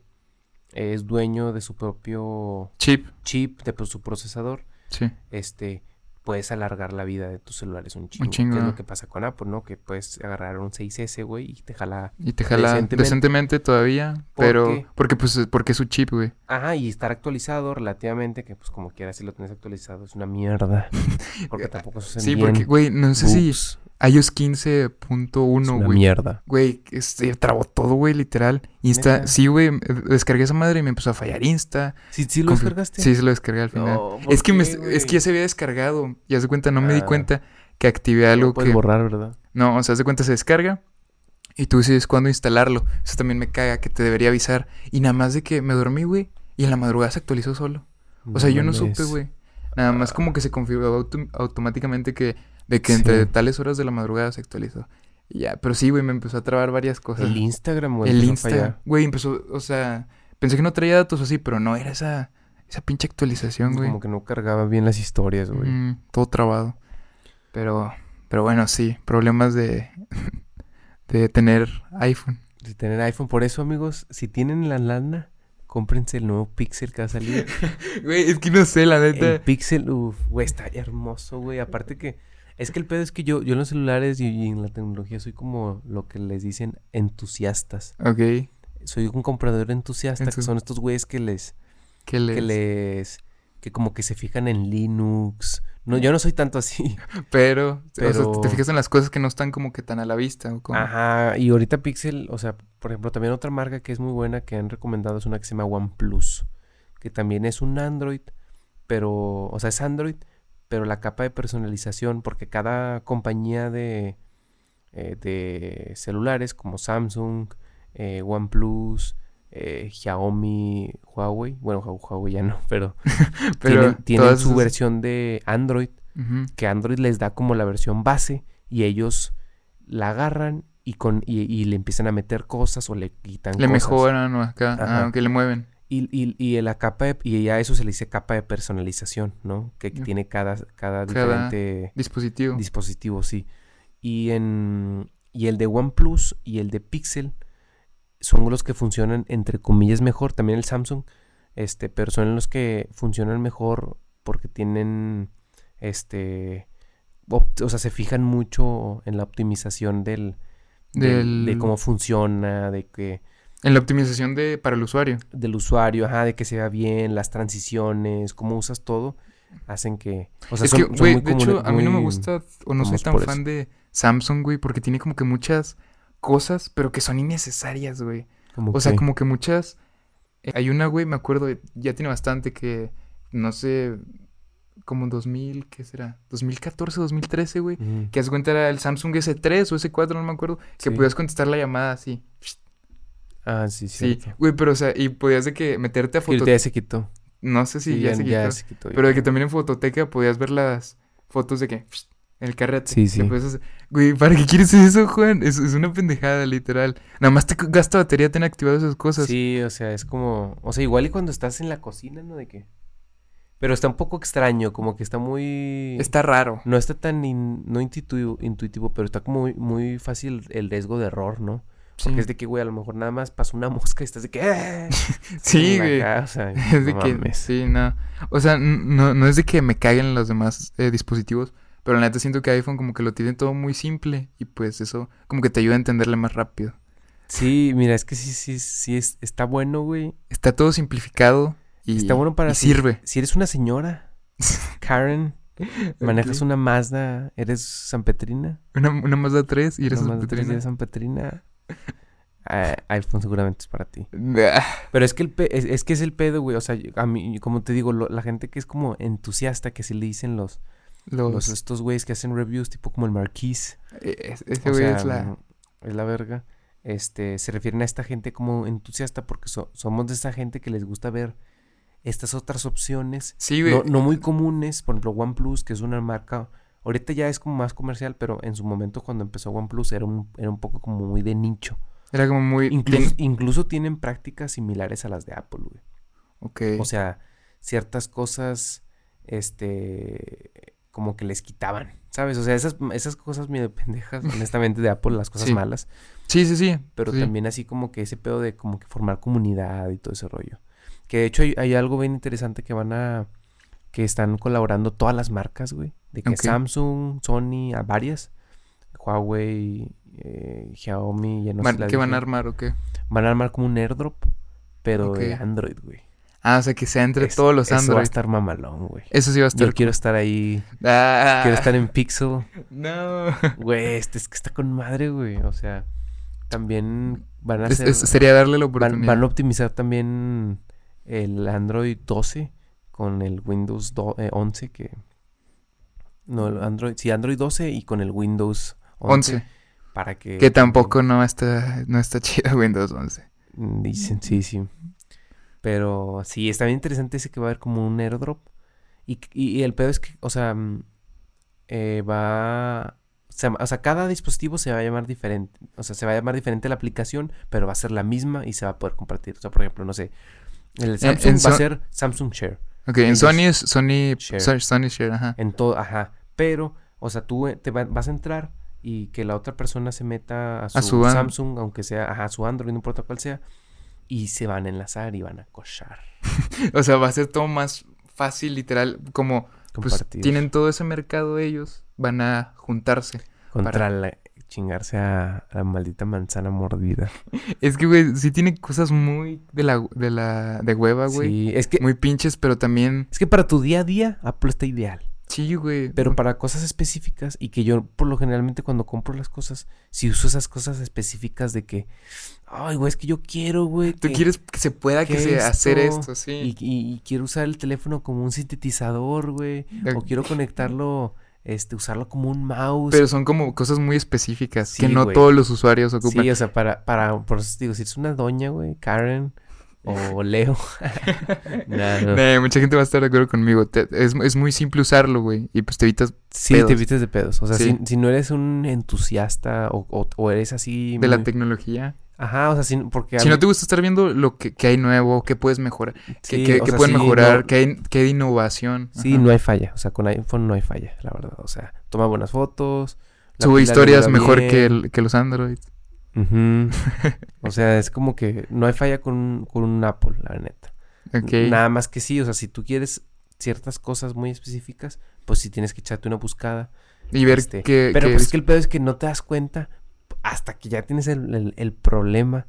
[SPEAKER 2] es dueño de su propio
[SPEAKER 1] Chip,
[SPEAKER 2] chip, de su procesador,
[SPEAKER 1] sí.
[SPEAKER 2] este puedes alargar la vida de tus celulares un chingo.
[SPEAKER 1] chingo,
[SPEAKER 2] Que es
[SPEAKER 1] ¿no?
[SPEAKER 2] lo que pasa con Apple, ¿no? Que puedes agarrar un 6S, güey, y te jala.
[SPEAKER 1] Y te jala
[SPEAKER 2] Decentemente.
[SPEAKER 1] decentemente, todavía, pero...
[SPEAKER 2] Porque-
[SPEAKER 1] Porque pues, eh, porque es su chip, güey.
[SPEAKER 2] Ajá, y estar actualizado relativamente, que pues como quieras, si lo tienes actualizado, es
[SPEAKER 1] [laughs]
[SPEAKER 2] una mierda. Porque tampoco se
[SPEAKER 1] Sí, porque, güey, no sé si iOS
[SPEAKER 2] es
[SPEAKER 1] 15.1,
[SPEAKER 2] una
[SPEAKER 1] güey.
[SPEAKER 2] mierda.
[SPEAKER 1] Güey, este, trabó todo, güey, literal. Insta,
[SPEAKER 2] ¿Neta?
[SPEAKER 1] sí, güey, eh, descargué esa madre y me empezó a fallar Insta.
[SPEAKER 2] ¿Sí, sí lo
[SPEAKER 1] Confi-
[SPEAKER 2] descargaste?
[SPEAKER 1] Sí, se lo descargué al final.
[SPEAKER 2] No, ¿por
[SPEAKER 1] es que me,
[SPEAKER 2] qué,
[SPEAKER 1] es
[SPEAKER 2] güey?
[SPEAKER 1] que ya se había descargado. Y haz de cuenta, no me di
[SPEAKER 2] Ah.
[SPEAKER 1] cuenta que activé
[SPEAKER 2] No
[SPEAKER 1] algo
[SPEAKER 2] lo puedes
[SPEAKER 1] que.
[SPEAKER 2] borrar, ¿verdad?
[SPEAKER 1] No, o sea, haz de cuenta, se descarga. Y tú decides cuándo instalarlo. Eso también me caga, que te debería avisar. Y nada más de que me dormí, güey. Y en la madrugada se actualizó solo. O sea, yo no
[SPEAKER 2] mames. Ah.
[SPEAKER 1] supe, güey. Nada más como que se configuró autom- automáticamente que... De que
[SPEAKER 2] Sí.
[SPEAKER 1] entre tales horas de la madrugada se actualizó. Y ya, pero sí, güey, me empezó a trabar varias cosas.
[SPEAKER 2] El Instagram, güey.
[SPEAKER 1] El
[SPEAKER 2] empezó a
[SPEAKER 1] Insta.
[SPEAKER 2] fallar.
[SPEAKER 1] Güey, empezó... O sea, pensé que no traía datos así, pero no, era esa... Esa pinche actualización, güey.
[SPEAKER 2] Como que no cargaba bien las historias, güey.
[SPEAKER 1] Mm, todo trabado. Pero... Pero bueno, sí. Problemas de... [laughs] de tener iPhone.
[SPEAKER 2] de tener iPhone. Por eso, amigos, si tienen la lana, cómprense el nuevo Pixel que va a salir.
[SPEAKER 1] Güey, es que no sé, la
[SPEAKER 2] el
[SPEAKER 1] neta...
[SPEAKER 2] Pixel, uff, güey, está hermoso, güey. Aparte que, es que el pedo es que yo, yo en los celulares y, y en la tecnología soy como lo que les dicen entusiastas.
[SPEAKER 1] Ok.
[SPEAKER 2] Soy un comprador entusiasta, que
[SPEAKER 1] Entu-
[SPEAKER 2] son estos güeyes que les,
[SPEAKER 1] ¿Qué le...
[SPEAKER 2] que les, que como que se fijan en Linux. No, yo no soy tanto así.
[SPEAKER 1] Pero... O sea,
[SPEAKER 2] Pero-
[SPEAKER 1] te fijas en las cosas que no están como que tan a la vista. o como-
[SPEAKER 2] Ajá, y ahorita Pixel, o sea, por ejemplo, también otra marca que es muy buena que han recomendado es una que se llama OnePlus, que también es un Android, pero, o sea, es Android, pero la capa de personalización, porque cada compañía de, eh, de celulares como Samsung, eh, OnePlus, eh, Xiaomi, Huawei, bueno, Hua- Huawei ya no, [laughs] pero, tienen, tienen
[SPEAKER 1] todas
[SPEAKER 2] su
[SPEAKER 1] esas-
[SPEAKER 2] versión de Android
[SPEAKER 1] Ujú.
[SPEAKER 2] que Android les da como la versión base y ellos la agarran y, con, y, y le empiezan a meter cosas o le quitan
[SPEAKER 1] Le
[SPEAKER 2] cosas.
[SPEAKER 1] mejoran o acá,
[SPEAKER 2] Ajá.
[SPEAKER 1] aunque le mueven.
[SPEAKER 2] Y, y, y la capa de- y ya eso se le dice capa de personalización, ¿no? Que
[SPEAKER 1] Ya.
[SPEAKER 2] tiene cada,
[SPEAKER 1] Cada
[SPEAKER 2] cada diferente
[SPEAKER 1] Dispositivo.
[SPEAKER 2] dispositivo, sí. Y, en, y el de OnePlus y el de Pixel son los que funcionan entre comillas mejor. También el Samsung, este, pero son los que funcionan mejor porque tienen, este, opt- o sea, se fijan mucho en la optimización del, del- de
[SPEAKER 1] Del-
[SPEAKER 2] cómo funciona, de que
[SPEAKER 1] en la optimización de para el usuario.
[SPEAKER 2] del usuario, ajá, de que se vea bien, las transiciones, cómo usas todo, hacen que, o sea,
[SPEAKER 1] es
[SPEAKER 2] son-
[SPEAKER 1] que,
[SPEAKER 2] son
[SPEAKER 1] güey,
[SPEAKER 2] muy
[SPEAKER 1] de hecho,
[SPEAKER 2] comuni-
[SPEAKER 1] a mí no me
[SPEAKER 2] muy-
[SPEAKER 1] gusta o no soy
[SPEAKER 2] vamos
[SPEAKER 1] tan
[SPEAKER 2] por
[SPEAKER 1] fan de Samsung, güey, porque tiene como que muchas cosas, pero que son innecesarias, güey.
[SPEAKER 2] como
[SPEAKER 1] O sea,
[SPEAKER 2] que-
[SPEAKER 1] como que muchas... eh, hay una, güey, me acuerdo, ya tiene bastante que, no sé, como 2000, ¿qué será? 2014, 2013, güey.
[SPEAKER 2] Ujú.
[SPEAKER 1] Que hace cuenta era el Samsung S3 o S4, no me acuerdo, que
[SPEAKER 2] Sí.
[SPEAKER 1] podías contestar la llamada así.
[SPEAKER 2] Ah, sí,
[SPEAKER 1] Sí,
[SPEAKER 2] cierto.
[SPEAKER 1] güey, pero o sea, y podías de que meterte a
[SPEAKER 2] Que
[SPEAKER 1] foto...
[SPEAKER 2] ahorita ya se quitó.
[SPEAKER 1] No sé si ya se quitó.
[SPEAKER 2] se quitó, yo
[SPEAKER 1] Pero de que
[SPEAKER 2] creo.
[SPEAKER 1] también en Fototeca podías ver las fotos de que... pst, En el carrete.
[SPEAKER 2] Sí, sí.
[SPEAKER 1] Que puedes hacer- Güey, ¿para qué quieres eso, Juan? Es, es una pendejada, literal. Nada más te cu- gasta batería tener activadas esas cosas.
[SPEAKER 2] Sí, o sea, es como. O sea, igual y cuando estás en la cocina, ¿no? De qué. Pero está un poco extraño, como que está muy.
[SPEAKER 1] Está raro.
[SPEAKER 2] No está tan in- no intuitivo, intuitivo, pero está como muy, muy fácil el riesgo de error, ¿no?
[SPEAKER 1] Sí,
[SPEAKER 2] Porque es de que, güey, a lo mejor nada más pasó una [laughs] mosca y estás de
[SPEAKER 1] [laughs]
[SPEAKER 2] que. "Ah",
[SPEAKER 1] Sí,
[SPEAKER 2] en la
[SPEAKER 1] güey.
[SPEAKER 2] cara, o sea,
[SPEAKER 1] [laughs] [laughs] Es de
[SPEAKER 2] no
[SPEAKER 1] que,
[SPEAKER 2] mames.
[SPEAKER 1] sí, no. O sea, n- no, no es de que me caguen los demás eh, dispositivos, pero la neta siento que iPhone como que lo tiene todo muy simple y pues eso como que te ayuda a entenderle más rápido.
[SPEAKER 2] Sí, mira, es que sí, sí, sí, es- está bueno, güey.
[SPEAKER 1] Está todo simplificado y,
[SPEAKER 2] Está bueno para
[SPEAKER 1] y
[SPEAKER 2] si-
[SPEAKER 1] sirve.
[SPEAKER 2] Si eres una señora, Karen, [laughs] manejas
[SPEAKER 1] Ok.
[SPEAKER 2] una Mazda, eres San Petrina.
[SPEAKER 1] Una, una Mazda 3 y eres
[SPEAKER 2] una
[SPEAKER 1] San
[SPEAKER 2] Mazda tres,
[SPEAKER 1] Petrina.
[SPEAKER 2] eres San Petrina. ah, iPhone seguramente es para ti.
[SPEAKER 1] [laughs] Ah,
[SPEAKER 2] Pero es que el pe- es, es que es el pedo, güey. O sea, yo- a mí, como te digo, lo- la gente que es como entusiasta, que se le dicen los,
[SPEAKER 1] Los,
[SPEAKER 2] los estos güeyes que hacen reviews, tipo como el Marquis.
[SPEAKER 1] eh, es- ese
[SPEAKER 2] o
[SPEAKER 1] güey
[SPEAKER 2] sea, mm,
[SPEAKER 1] es la...
[SPEAKER 2] Es la verga. Este, se refieren a esta gente como entusiasta porque so- somos de esa gente que les gusta ver estas otras opciones
[SPEAKER 1] Sí, güey.
[SPEAKER 2] no, no muy comunes, por ejemplo OnePlus, que es una marca, ahorita ya es como más comercial, pero en su momento cuando empezó OnePlus era un, era un poco como muy de nicho.
[SPEAKER 1] Era como muy...
[SPEAKER 2] Incluso, incluso tienen prácticas similares a las de Apple, güey.
[SPEAKER 1] Ok.
[SPEAKER 2] O sea, ciertas cosas, este, como que les quitaban, ¿sabes? O sea, esas, esas cosas medio [laughs] pendejas, honestamente, de Apple, las cosas
[SPEAKER 1] Sí.
[SPEAKER 2] malas,
[SPEAKER 1] sí, sí, sí.
[SPEAKER 2] pero
[SPEAKER 1] sí.
[SPEAKER 2] también así como que ese pedo de como que formar comunidad y todo ese rollo. Que de hecho hay, hay algo bien interesante que van a... que están colaborando todas las marcas, güey. De que
[SPEAKER 1] Ok.
[SPEAKER 2] Samsung, Sony, a varias. Huawei, eh, Xiaomi, ya no sé.
[SPEAKER 1] Mar-
[SPEAKER 2] la
[SPEAKER 1] ¿Qué van
[SPEAKER 2] dije.
[SPEAKER 1] a armar o qué?
[SPEAKER 2] Van a armar como un airdrop, pero de
[SPEAKER 1] Ok.
[SPEAKER 2] Android, güey.
[SPEAKER 1] Ah, o sea, que sea entre
[SPEAKER 2] Es-
[SPEAKER 1] todos los
[SPEAKER 2] Eso va a
[SPEAKER 1] Android.
[SPEAKER 2] estar mamalón, güey.
[SPEAKER 1] Eso sí va a
[SPEAKER 2] Yo
[SPEAKER 1] estar...
[SPEAKER 2] quiero estar ahí,
[SPEAKER 1] [laughs] Ah,
[SPEAKER 2] quiero estar en Pixel.
[SPEAKER 1] [laughs] No.
[SPEAKER 2] Güey, este es que está con madre, güey. O sea, también van a
[SPEAKER 1] Es-
[SPEAKER 2] hacer...
[SPEAKER 1] es- sería darle la
[SPEAKER 2] Van,
[SPEAKER 1] oportunidad.
[SPEAKER 2] van a optimizar también el Android 12 con el Windows do- eh, 11 que... No, el Android... Sí, Android 12 y con el Windows 11.
[SPEAKER 1] 11.
[SPEAKER 2] Para que...
[SPEAKER 1] Que tampoco no está, no está [laughs] chido Windows 11.
[SPEAKER 2] Mm, Dicen, sí, sí. Pero sí, está bien interesante ese que va a haber como un airdrop. Y, y- y el pedo es que, o sea, mm, eh, va... se llama- O sea, cada dispositivo se va a llamar diferente. O sea, se va a llamar diferente la aplicación, pero va a ser la misma y se va a poder compartir. O sea, por ejemplo, no sé. El Samsung
[SPEAKER 1] en
[SPEAKER 2] va a
[SPEAKER 1] so-
[SPEAKER 2] ser Samsung Share.
[SPEAKER 1] Ok, en
[SPEAKER 2] Windows
[SPEAKER 1] Sony es Sony
[SPEAKER 2] Share.
[SPEAKER 1] Sony- Sony Share, ajá.
[SPEAKER 2] En todo, ajá. Pero, o sea, tú eh, te va- vas a entrar y que la otra persona se meta a su,
[SPEAKER 1] su an-
[SPEAKER 2] Samsung, aunque sea, ajá, a su Android, no importa cuál sea, y se van a enlazar y van a cochar.
[SPEAKER 1] O sea, va a ser todo más fácil, literal, como pues
[SPEAKER 2] Compartir.
[SPEAKER 1] tienen todo ese mercado ellos, van a juntarse.
[SPEAKER 2] Contra la- chingarse a la maldita manzana mordida.
[SPEAKER 1] Es que güey, sí tiene cosas muy de la de la de hueva, Ah, güey.
[SPEAKER 2] Sí, es que,
[SPEAKER 1] Muy pinches, pero también
[SPEAKER 2] es que para tu día a día Apple está ideal.
[SPEAKER 1] sí, güey.
[SPEAKER 2] Pero para cosas específicas y que yo por lo generalmente cuando compro las cosas, si uso esas cosas específicas de que, ay, güey, es que yo quiero, güey.
[SPEAKER 1] tú
[SPEAKER 2] que-
[SPEAKER 1] quieres que se pueda que
[SPEAKER 2] que
[SPEAKER 1] se hacer
[SPEAKER 2] esto
[SPEAKER 1] esto, sí.
[SPEAKER 2] Y, y- y quiero usar el teléfono como un sintetizador, güey.
[SPEAKER 1] De-
[SPEAKER 2] O quiero conectarlo, este, usarlo como un mouse.
[SPEAKER 1] Pero son como cosas muy específicas que
[SPEAKER 2] Sí,
[SPEAKER 1] no
[SPEAKER 2] güey.
[SPEAKER 1] todos los usuarios ocupan.
[SPEAKER 2] sí, o sea, para, para, por eso te digo, si es una doña, güey, Karen
[SPEAKER 1] [laughs]
[SPEAKER 2] o Leo. [laughs] Nah, no.
[SPEAKER 1] Nah, mucha gente va a estar de acuerdo conmigo. Te- es, es muy simple usarlo, güey. Y pues te evitas
[SPEAKER 2] Sí,
[SPEAKER 1] pedos.
[SPEAKER 2] te vistes de pedos. O sea,
[SPEAKER 1] Sí.
[SPEAKER 2] si, si no eres un entusiasta o, o- o eres así.
[SPEAKER 1] de la
[SPEAKER 2] muy-
[SPEAKER 1] tecnología.
[SPEAKER 2] Ajá, o sea, si, porque. a
[SPEAKER 1] Si no
[SPEAKER 2] mí-
[SPEAKER 1] te gusta estar viendo lo que, que hay nuevo, que puedes mejorar, que,
[SPEAKER 2] sí,
[SPEAKER 1] que-
[SPEAKER 2] o
[SPEAKER 1] que
[SPEAKER 2] sea,
[SPEAKER 1] pueden
[SPEAKER 2] sí, no-
[SPEAKER 1] mejorar, que hay, que hay de innovación.
[SPEAKER 2] Sí,
[SPEAKER 1] Ajá.
[SPEAKER 2] no hay falla. O sea, con iPhone no hay falla, la verdad. O sea, toma buenas fotos. la
[SPEAKER 1] Sube
[SPEAKER 2] pila
[SPEAKER 1] historias
[SPEAKER 2] dura
[SPEAKER 1] mejor que,
[SPEAKER 2] bien.
[SPEAKER 1] el- que los Android. [laughs]
[SPEAKER 2] Ujú. o sea, es como que no hay falla con, un- con un Apple, la neta.
[SPEAKER 1] Ok.
[SPEAKER 2] Nada más que sí, o sea, si tú quieres ciertas cosas muy específicas, pues sí tienes que echarte una buscada.
[SPEAKER 1] y ver
[SPEAKER 2] este,
[SPEAKER 1] que,
[SPEAKER 2] Pero
[SPEAKER 1] que
[SPEAKER 2] pues
[SPEAKER 1] es-
[SPEAKER 2] es que el pedo es que no te das cuenta hasta que ya tienes el, el- el problema.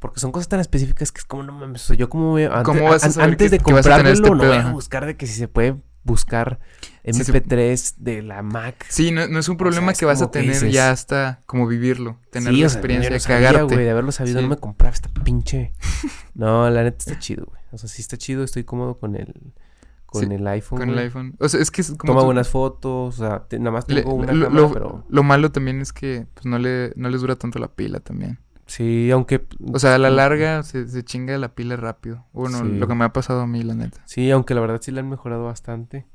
[SPEAKER 2] Porque son cosas tan específicas que es como, no mames, o sea, yo como veo... Antes,
[SPEAKER 1] ¿Cómo vas a
[SPEAKER 2] an-
[SPEAKER 1] saber
[SPEAKER 2] antes
[SPEAKER 1] que-
[SPEAKER 2] de
[SPEAKER 1] que vas a tener
[SPEAKER 2] comprarlo,
[SPEAKER 1] este
[SPEAKER 2] no voy
[SPEAKER 1] pedo?
[SPEAKER 2] a buscar de que si se puede buscar
[SPEAKER 1] Si se-
[SPEAKER 2] MP3 de la Mac.
[SPEAKER 1] Sí, no, no es un problema
[SPEAKER 2] es
[SPEAKER 1] que vas a
[SPEAKER 2] como que
[SPEAKER 1] tener
[SPEAKER 2] dices-
[SPEAKER 1] ya hasta como vivirlo, tener
[SPEAKER 2] Sí,
[SPEAKER 1] la
[SPEAKER 2] o sea, yo
[SPEAKER 1] experiencia,
[SPEAKER 2] no
[SPEAKER 1] de
[SPEAKER 2] sabía,
[SPEAKER 1] cagarte.
[SPEAKER 2] güey, de haberlo sabido
[SPEAKER 1] Sí.
[SPEAKER 2] no me compraba esta
[SPEAKER 1] [laughs]
[SPEAKER 2] pinche. No, la neta está chido, güey. O sea, sí está chido, estoy cómodo con el con
[SPEAKER 1] Sí,
[SPEAKER 2] el iPhone.
[SPEAKER 1] con el
[SPEAKER 2] güey.
[SPEAKER 1] iPhone. O sea, es que es como
[SPEAKER 2] Toma
[SPEAKER 1] tú-
[SPEAKER 2] buenas fotos, o sea, te- nada más
[SPEAKER 1] le-
[SPEAKER 2] tengo una
[SPEAKER 1] lo,
[SPEAKER 2] cámara,
[SPEAKER 1] lo-
[SPEAKER 2] pero
[SPEAKER 1] lo malo también es que pues, no, le, no les dura tanto la pila también.
[SPEAKER 2] sí, aunque
[SPEAKER 1] O sea, a la larga se, se chinga la pila rápido. Bueno,
[SPEAKER 2] Sí.
[SPEAKER 1] lo que me ha pasado a mí, la neta.
[SPEAKER 2] sí, aunque la verdad sí le han mejorado bastante.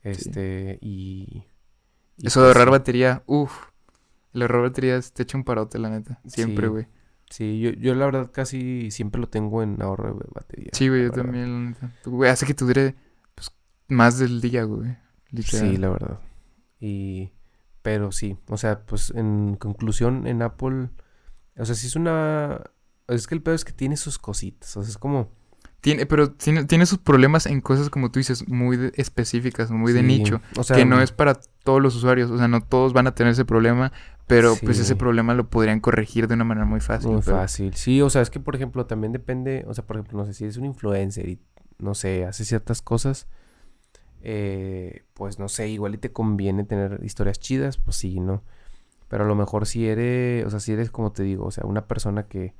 [SPEAKER 2] Este y Y
[SPEAKER 1] Eso de ahorrar
[SPEAKER 2] pues,
[SPEAKER 1] batería, uff. El ahorrar batería es- te echa un parote, la neta. Siempre,
[SPEAKER 2] Sí.
[SPEAKER 1] güey.
[SPEAKER 2] Sí, yo, yo la verdad casi siempre lo tengo en ahorro de batería.
[SPEAKER 1] Sí, güey,
[SPEAKER 2] la
[SPEAKER 1] yo
[SPEAKER 2] verdad.
[SPEAKER 1] también, la neta. Güey, hace que te dure pues, más del día, güey. Literal.
[SPEAKER 2] Sí, la verdad. Y, pero sí, o sea, pues en conclusión, en Apple, o sea, sí es una, es que el pedo es que tiene sus cositas, o sea, es como,
[SPEAKER 1] Tiene, pero tiene, tiene sus problemas en cosas, como tú dices, muy de- específicas, muy de
[SPEAKER 2] sí,
[SPEAKER 1] nicho.
[SPEAKER 2] o sea,
[SPEAKER 1] que no es para todos los usuarios. O sea, no todos van a tener ese problema. Pero pues ese
[SPEAKER 2] Sí.
[SPEAKER 1] problema lo podrían corregir de una manera muy fácil.
[SPEAKER 2] muy
[SPEAKER 1] pero-
[SPEAKER 2] fácil. Sí, o sea, es que por ejemplo también depende, o sea, por ejemplo, no sé si es un influencer y no sé, hace ciertas cosas, eh, pues no sé, igual y te conviene tener historias chidas, pues sí, ¿no? Pero a lo mejor si eres, o sea, si eres como te digo, o sea, una persona que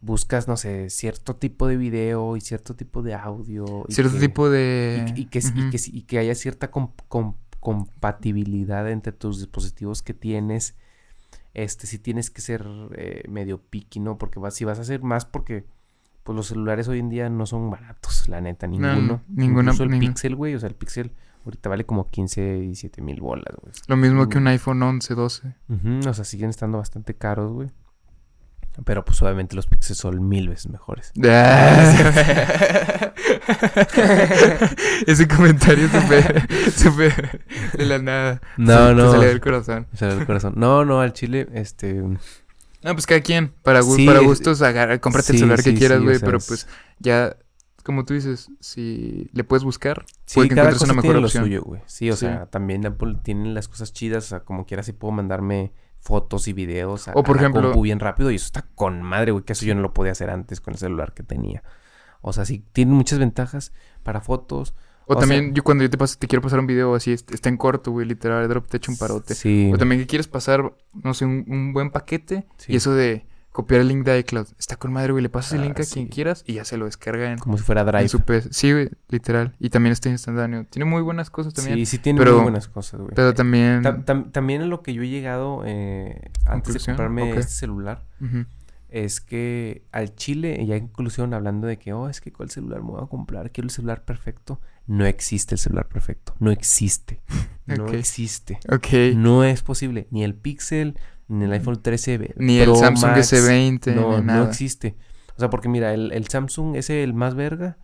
[SPEAKER 2] buscas, no sé, cierto tipo de video y cierto tipo de audio. y
[SPEAKER 1] Cierto
[SPEAKER 2] que-
[SPEAKER 1] tipo
[SPEAKER 2] y
[SPEAKER 1] de.
[SPEAKER 2] que- y que, s- y
[SPEAKER 1] Ujú.
[SPEAKER 2] que s- y que haya cierta com- com- compatibilidad entre tus dispositivos que tienes. Este, si tienes que ser eh, medio piqui, ¿no? Porque vas, si vas a hacer más, porque pues los celulares hoy en día no son baratos, la neta,
[SPEAKER 1] No,
[SPEAKER 2] ninguno.
[SPEAKER 1] ninguna-
[SPEAKER 2] Incluso el
[SPEAKER 1] ningún-
[SPEAKER 2] Pixel, güey, o sea, el Pixel ahorita vale como 15 y 7 mil bolas, güey.
[SPEAKER 1] Lo mismo que
[SPEAKER 2] Mm.
[SPEAKER 1] un iPhone 11, [laughs]
[SPEAKER 2] [laughs]
[SPEAKER 1] 12.
[SPEAKER 2] Ujú, o sea, siguen estando bastante caros, güey. Pero pues obviamente los Pixel son mil veces mejores.
[SPEAKER 1] Ese comentario
[SPEAKER 2] [laughs]
[SPEAKER 1] súper, súper de la nada.
[SPEAKER 2] No,
[SPEAKER 1] Se- te
[SPEAKER 2] no.
[SPEAKER 1] salió del corazón.
[SPEAKER 2] Me salió el corazón. No, no, al chile, este...
[SPEAKER 1] No, pues cada quien. Para, gu-
[SPEAKER 2] Sí,
[SPEAKER 1] para
[SPEAKER 2] es-
[SPEAKER 1] gustos, agarra, cómprate el
[SPEAKER 2] sí,
[SPEAKER 1] celular que
[SPEAKER 2] sí,
[SPEAKER 1] quieras,
[SPEAKER 2] sí, o
[SPEAKER 1] güey.
[SPEAKER 2] sea,
[SPEAKER 1] pero
[SPEAKER 2] es-
[SPEAKER 1] pues ya, como tú dices, si le puedes buscar.
[SPEAKER 2] Sí,
[SPEAKER 1] Puede que
[SPEAKER 2] cada
[SPEAKER 1] encuentres
[SPEAKER 2] cosa
[SPEAKER 1] una
[SPEAKER 2] tiene
[SPEAKER 1] mejor
[SPEAKER 2] lo
[SPEAKER 1] opción.
[SPEAKER 2] suyo, güey. Sí, o
[SPEAKER 1] Sí.
[SPEAKER 2] sea, también Apple tiene las cosas chidas, o sea, como quiera sí puedo mandarme fotos y videos a,
[SPEAKER 1] O, por
[SPEAKER 2] a la
[SPEAKER 1] ejemplo-
[SPEAKER 2] compu bien rápido y eso está con madre, güey, que eso yo no lo podía hacer antes con el celular que tenía. O sea, sí tiene muchas ventajas para fotos.
[SPEAKER 1] O,
[SPEAKER 2] O
[SPEAKER 1] también,
[SPEAKER 2] sea-
[SPEAKER 1] yo cuando yo te, paso, te quiero pasar un video así, est- está en corto, güey, literal, drop te echa un parote.
[SPEAKER 2] Sí.
[SPEAKER 1] O también que quieres pasar, no sé, un, un buen paquete.
[SPEAKER 2] Sí.
[SPEAKER 1] Y eso de copiar el link de iCloud. Está con madre, güey. Le pasas el
[SPEAKER 2] Ah,
[SPEAKER 1] link a quien
[SPEAKER 2] sí.
[SPEAKER 1] quieras y ya se lo descarga en,
[SPEAKER 2] Como si fuera
[SPEAKER 1] en
[SPEAKER 2] Drive.
[SPEAKER 1] su PC. Sí, güey, literal. Y también está instantáneo. Tiene muy buenas cosas también.
[SPEAKER 2] Sí, sí tiene
[SPEAKER 1] pero-
[SPEAKER 2] muy buenas cosas, güey.
[SPEAKER 1] Pero también...
[SPEAKER 2] Tam- tam- también a lo que yo he llegado eh, antes de
[SPEAKER 1] Conclusión,
[SPEAKER 2] comprarme
[SPEAKER 1] ok.
[SPEAKER 2] este celular
[SPEAKER 1] Ujú.
[SPEAKER 2] es que al Chile, ya en conclusión, hablando de que, oh, es que cuál celular me voy a comprar, quiero el celular perfecto. No existe el celular perfecto.
[SPEAKER 1] [laughs]
[SPEAKER 2] No existe. No
[SPEAKER 1] Ok.
[SPEAKER 2] existe.
[SPEAKER 1] Ok.
[SPEAKER 2] No es posible. Ni el Pixel, ni el iPhone 13. ve-
[SPEAKER 1] Ni el
[SPEAKER 2] Pro
[SPEAKER 1] Samsung
[SPEAKER 2] Max.
[SPEAKER 1] S20,
[SPEAKER 2] No,
[SPEAKER 1] ni nada.
[SPEAKER 2] no existe. O sea, porque mira, el, el Samsung es el más verga,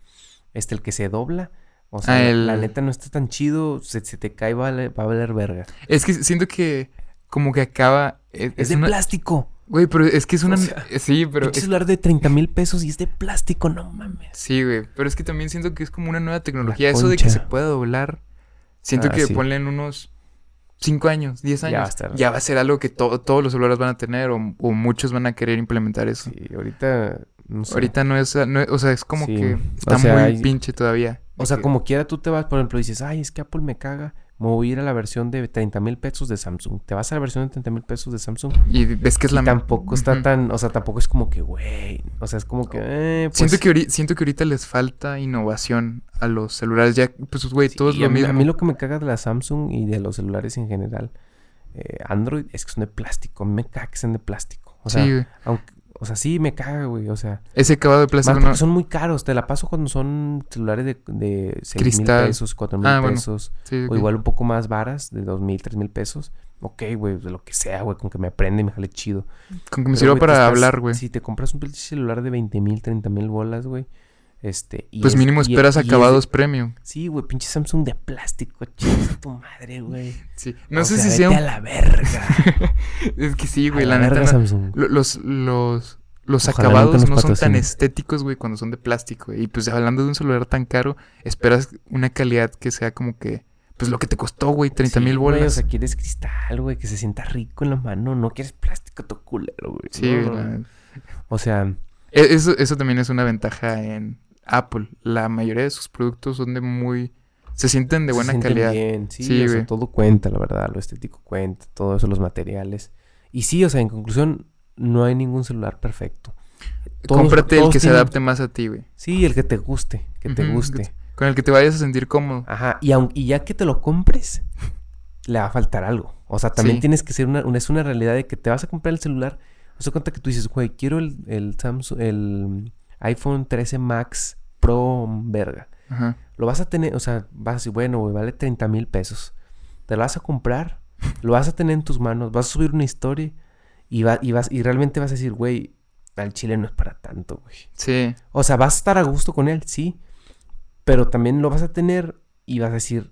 [SPEAKER 2] este, el que se dobla. O sea,
[SPEAKER 1] Ah,
[SPEAKER 2] la-
[SPEAKER 1] el-
[SPEAKER 2] la neta no está tan chido, se, se te cae, va a, va a valer verga.
[SPEAKER 1] Es que siento que como que acaba... Es,
[SPEAKER 2] Es,
[SPEAKER 1] es
[SPEAKER 2] de
[SPEAKER 1] una-
[SPEAKER 2] plástico.
[SPEAKER 1] Güey, pero es que es
[SPEAKER 2] O
[SPEAKER 1] una... eh,
[SPEAKER 2] sea,
[SPEAKER 1] sí, pero...
[SPEAKER 2] Pinche
[SPEAKER 1] es-
[SPEAKER 2] celular de 30 mil pesos y es de plástico, no mames.
[SPEAKER 1] Sí, güey. Pero es que también siento que es como una nueva tecnología. Eso de que
[SPEAKER 2] concha.
[SPEAKER 1] se pueda doblar. Siento
[SPEAKER 2] Ah,
[SPEAKER 1] que
[SPEAKER 2] sí.
[SPEAKER 1] ponle en unos 5 años, 10
[SPEAKER 2] Ya
[SPEAKER 1] años.
[SPEAKER 2] va
[SPEAKER 1] Ya
[SPEAKER 2] a
[SPEAKER 1] va,
[SPEAKER 2] estar-
[SPEAKER 1] a ser algo que to- todos los celulares van a tener o, o muchos van a querer implementar eso.
[SPEAKER 2] Sí, ahorita. No sé.
[SPEAKER 1] Ahorita no es, no es- O sea, es como
[SPEAKER 2] Sí.
[SPEAKER 1] que
[SPEAKER 2] O
[SPEAKER 1] está
[SPEAKER 2] sea,
[SPEAKER 1] muy
[SPEAKER 2] hay-
[SPEAKER 1] pinche todavía.
[SPEAKER 2] O
[SPEAKER 1] De
[SPEAKER 2] sea,
[SPEAKER 1] que-
[SPEAKER 2] como quiera tú te vas, por ejemplo, dices, ay, es que Apple me caga. Me voy a ir a la versión de 30 mil pesos de Samsung. Te vas a la versión de 30 mil pesos de Samsung.
[SPEAKER 1] Y ves que es
[SPEAKER 2] y
[SPEAKER 1] la...
[SPEAKER 2] tampoco está
[SPEAKER 1] Ujú.
[SPEAKER 2] tan, o sea, tampoco es como que, güey. O sea, es como que, eh, pues.
[SPEAKER 1] Siento, que ahori- siento que ahorita les falta innovación a los celulares. Ya, pues, güey,
[SPEAKER 2] sí,
[SPEAKER 1] todo es
[SPEAKER 2] y
[SPEAKER 1] lo
[SPEAKER 2] a mí,
[SPEAKER 1] mismo.
[SPEAKER 2] A mí lo que me caga de la Samsung y de los celulares en general, eh, Android, es que son de plástico. A mí me caga que sean de plástico. O sea,
[SPEAKER 1] sí, güey.
[SPEAKER 2] aunque, o sea, sí me caga, güey. O sea,
[SPEAKER 1] Ese acabado de
[SPEAKER 2] Más
[SPEAKER 1] plástico
[SPEAKER 2] porque
[SPEAKER 1] no...
[SPEAKER 2] son muy caros. Te la paso cuando son celulares de, de 6 mil
[SPEAKER 1] Cristal.
[SPEAKER 2] pesos, 4 mil
[SPEAKER 1] Ah, bueno.
[SPEAKER 2] pesos.
[SPEAKER 1] sí,
[SPEAKER 2] O
[SPEAKER 1] ok.
[SPEAKER 2] igual un poco más varas, de 2 mil, 3 mil pesos. Ok, güey, de lo que sea, güey, con que me aprende y me jale chido.
[SPEAKER 1] Con que me
[SPEAKER 2] Pero,
[SPEAKER 1] sirva
[SPEAKER 2] güey, te
[SPEAKER 1] para
[SPEAKER 2] estás-
[SPEAKER 1] hablar, güey.
[SPEAKER 2] Si te compras un pinche celular de 20 mil, 30 mil bolas, güey. Este, y
[SPEAKER 1] Pues
[SPEAKER 2] es-
[SPEAKER 1] mínimo
[SPEAKER 2] y e-
[SPEAKER 1] esperas
[SPEAKER 2] y es de-
[SPEAKER 1] acabados premium.
[SPEAKER 2] Sí, güey, pinche Samsung de plástico, [laughs] chingas a tu madre, güey.
[SPEAKER 1] Sí. No
[SPEAKER 2] O
[SPEAKER 1] sé
[SPEAKER 2] sea,
[SPEAKER 1] si
[SPEAKER 2] vete
[SPEAKER 1] sea un...
[SPEAKER 2] a la verga.
[SPEAKER 1] Es que [laughs] sí,
[SPEAKER 2] A
[SPEAKER 1] güey,
[SPEAKER 2] la
[SPEAKER 1] la neta.
[SPEAKER 2] verga,
[SPEAKER 1] no-
[SPEAKER 2] Samsung.
[SPEAKER 1] lo- Los, los, los
[SPEAKER 2] Ojalá nunca
[SPEAKER 1] acabados
[SPEAKER 2] nos
[SPEAKER 1] no son tan
[SPEAKER 2] patrocinen.
[SPEAKER 1] estéticos, güey, cuando son de plástico. güey. Y pues hablando de un celular tan caro, esperas una calidad que sea como que, pues lo que te costó, güey, 30
[SPEAKER 2] Sí,
[SPEAKER 1] mil
[SPEAKER 2] güey,
[SPEAKER 1] bolas.
[SPEAKER 2] o sea, quieres cristal, güey, que se sienta rico en la mano. No quieres plástico, tu culero, güey.
[SPEAKER 1] sí,
[SPEAKER 2] No,
[SPEAKER 1] güey,
[SPEAKER 2] no,
[SPEAKER 1] la-
[SPEAKER 2] no. O sea,
[SPEAKER 1] E- Eso, eso también es una ventaja en Apple. La mayoría de sus productos son de muy... Se sienten de
[SPEAKER 2] se
[SPEAKER 1] buena
[SPEAKER 2] sienten
[SPEAKER 1] calidad.
[SPEAKER 2] bien, sí,
[SPEAKER 1] Sí,
[SPEAKER 2] o sea,
[SPEAKER 1] güey.
[SPEAKER 2] todo cuenta, la verdad, lo estético cuenta, todo eso, los materiales. Y sí, o sea, en conclusión, no hay ningún celular perfecto. Todos-
[SPEAKER 1] Cómprate el
[SPEAKER 2] todos
[SPEAKER 1] que se
[SPEAKER 2] tienen-
[SPEAKER 1] adapte más a ti, güey.
[SPEAKER 2] Sí, el que te guste, que te
[SPEAKER 1] Ujú,
[SPEAKER 2] guste.
[SPEAKER 1] Con el que te vayas a sentir cómodo.
[SPEAKER 2] Ajá, y, aun- y ya que te lo compres, le va a faltar algo. O sea, también
[SPEAKER 1] Sí.
[SPEAKER 2] tienes que ser una, una- es una realidad de que te vas a comprar el celular. O sea, cuenta que tú dices, güey, quiero el, el Samsung, el iPhone 13 Max Pro, mm, verga.
[SPEAKER 1] Ajá.
[SPEAKER 2] Lo vas a tener, o sea, vas a decir, bueno, güey, vale 30 mil pesos. Te lo vas a comprar Lo vas a tener en tus manos, vas a subir una historia y, va- y, vas, y realmente vas a decir, güey, al chile no es para tanto, güey.
[SPEAKER 1] Sí,
[SPEAKER 2] O sea, vas a estar a gusto con él, sí. Pero también lo vas a tener y vas a decir,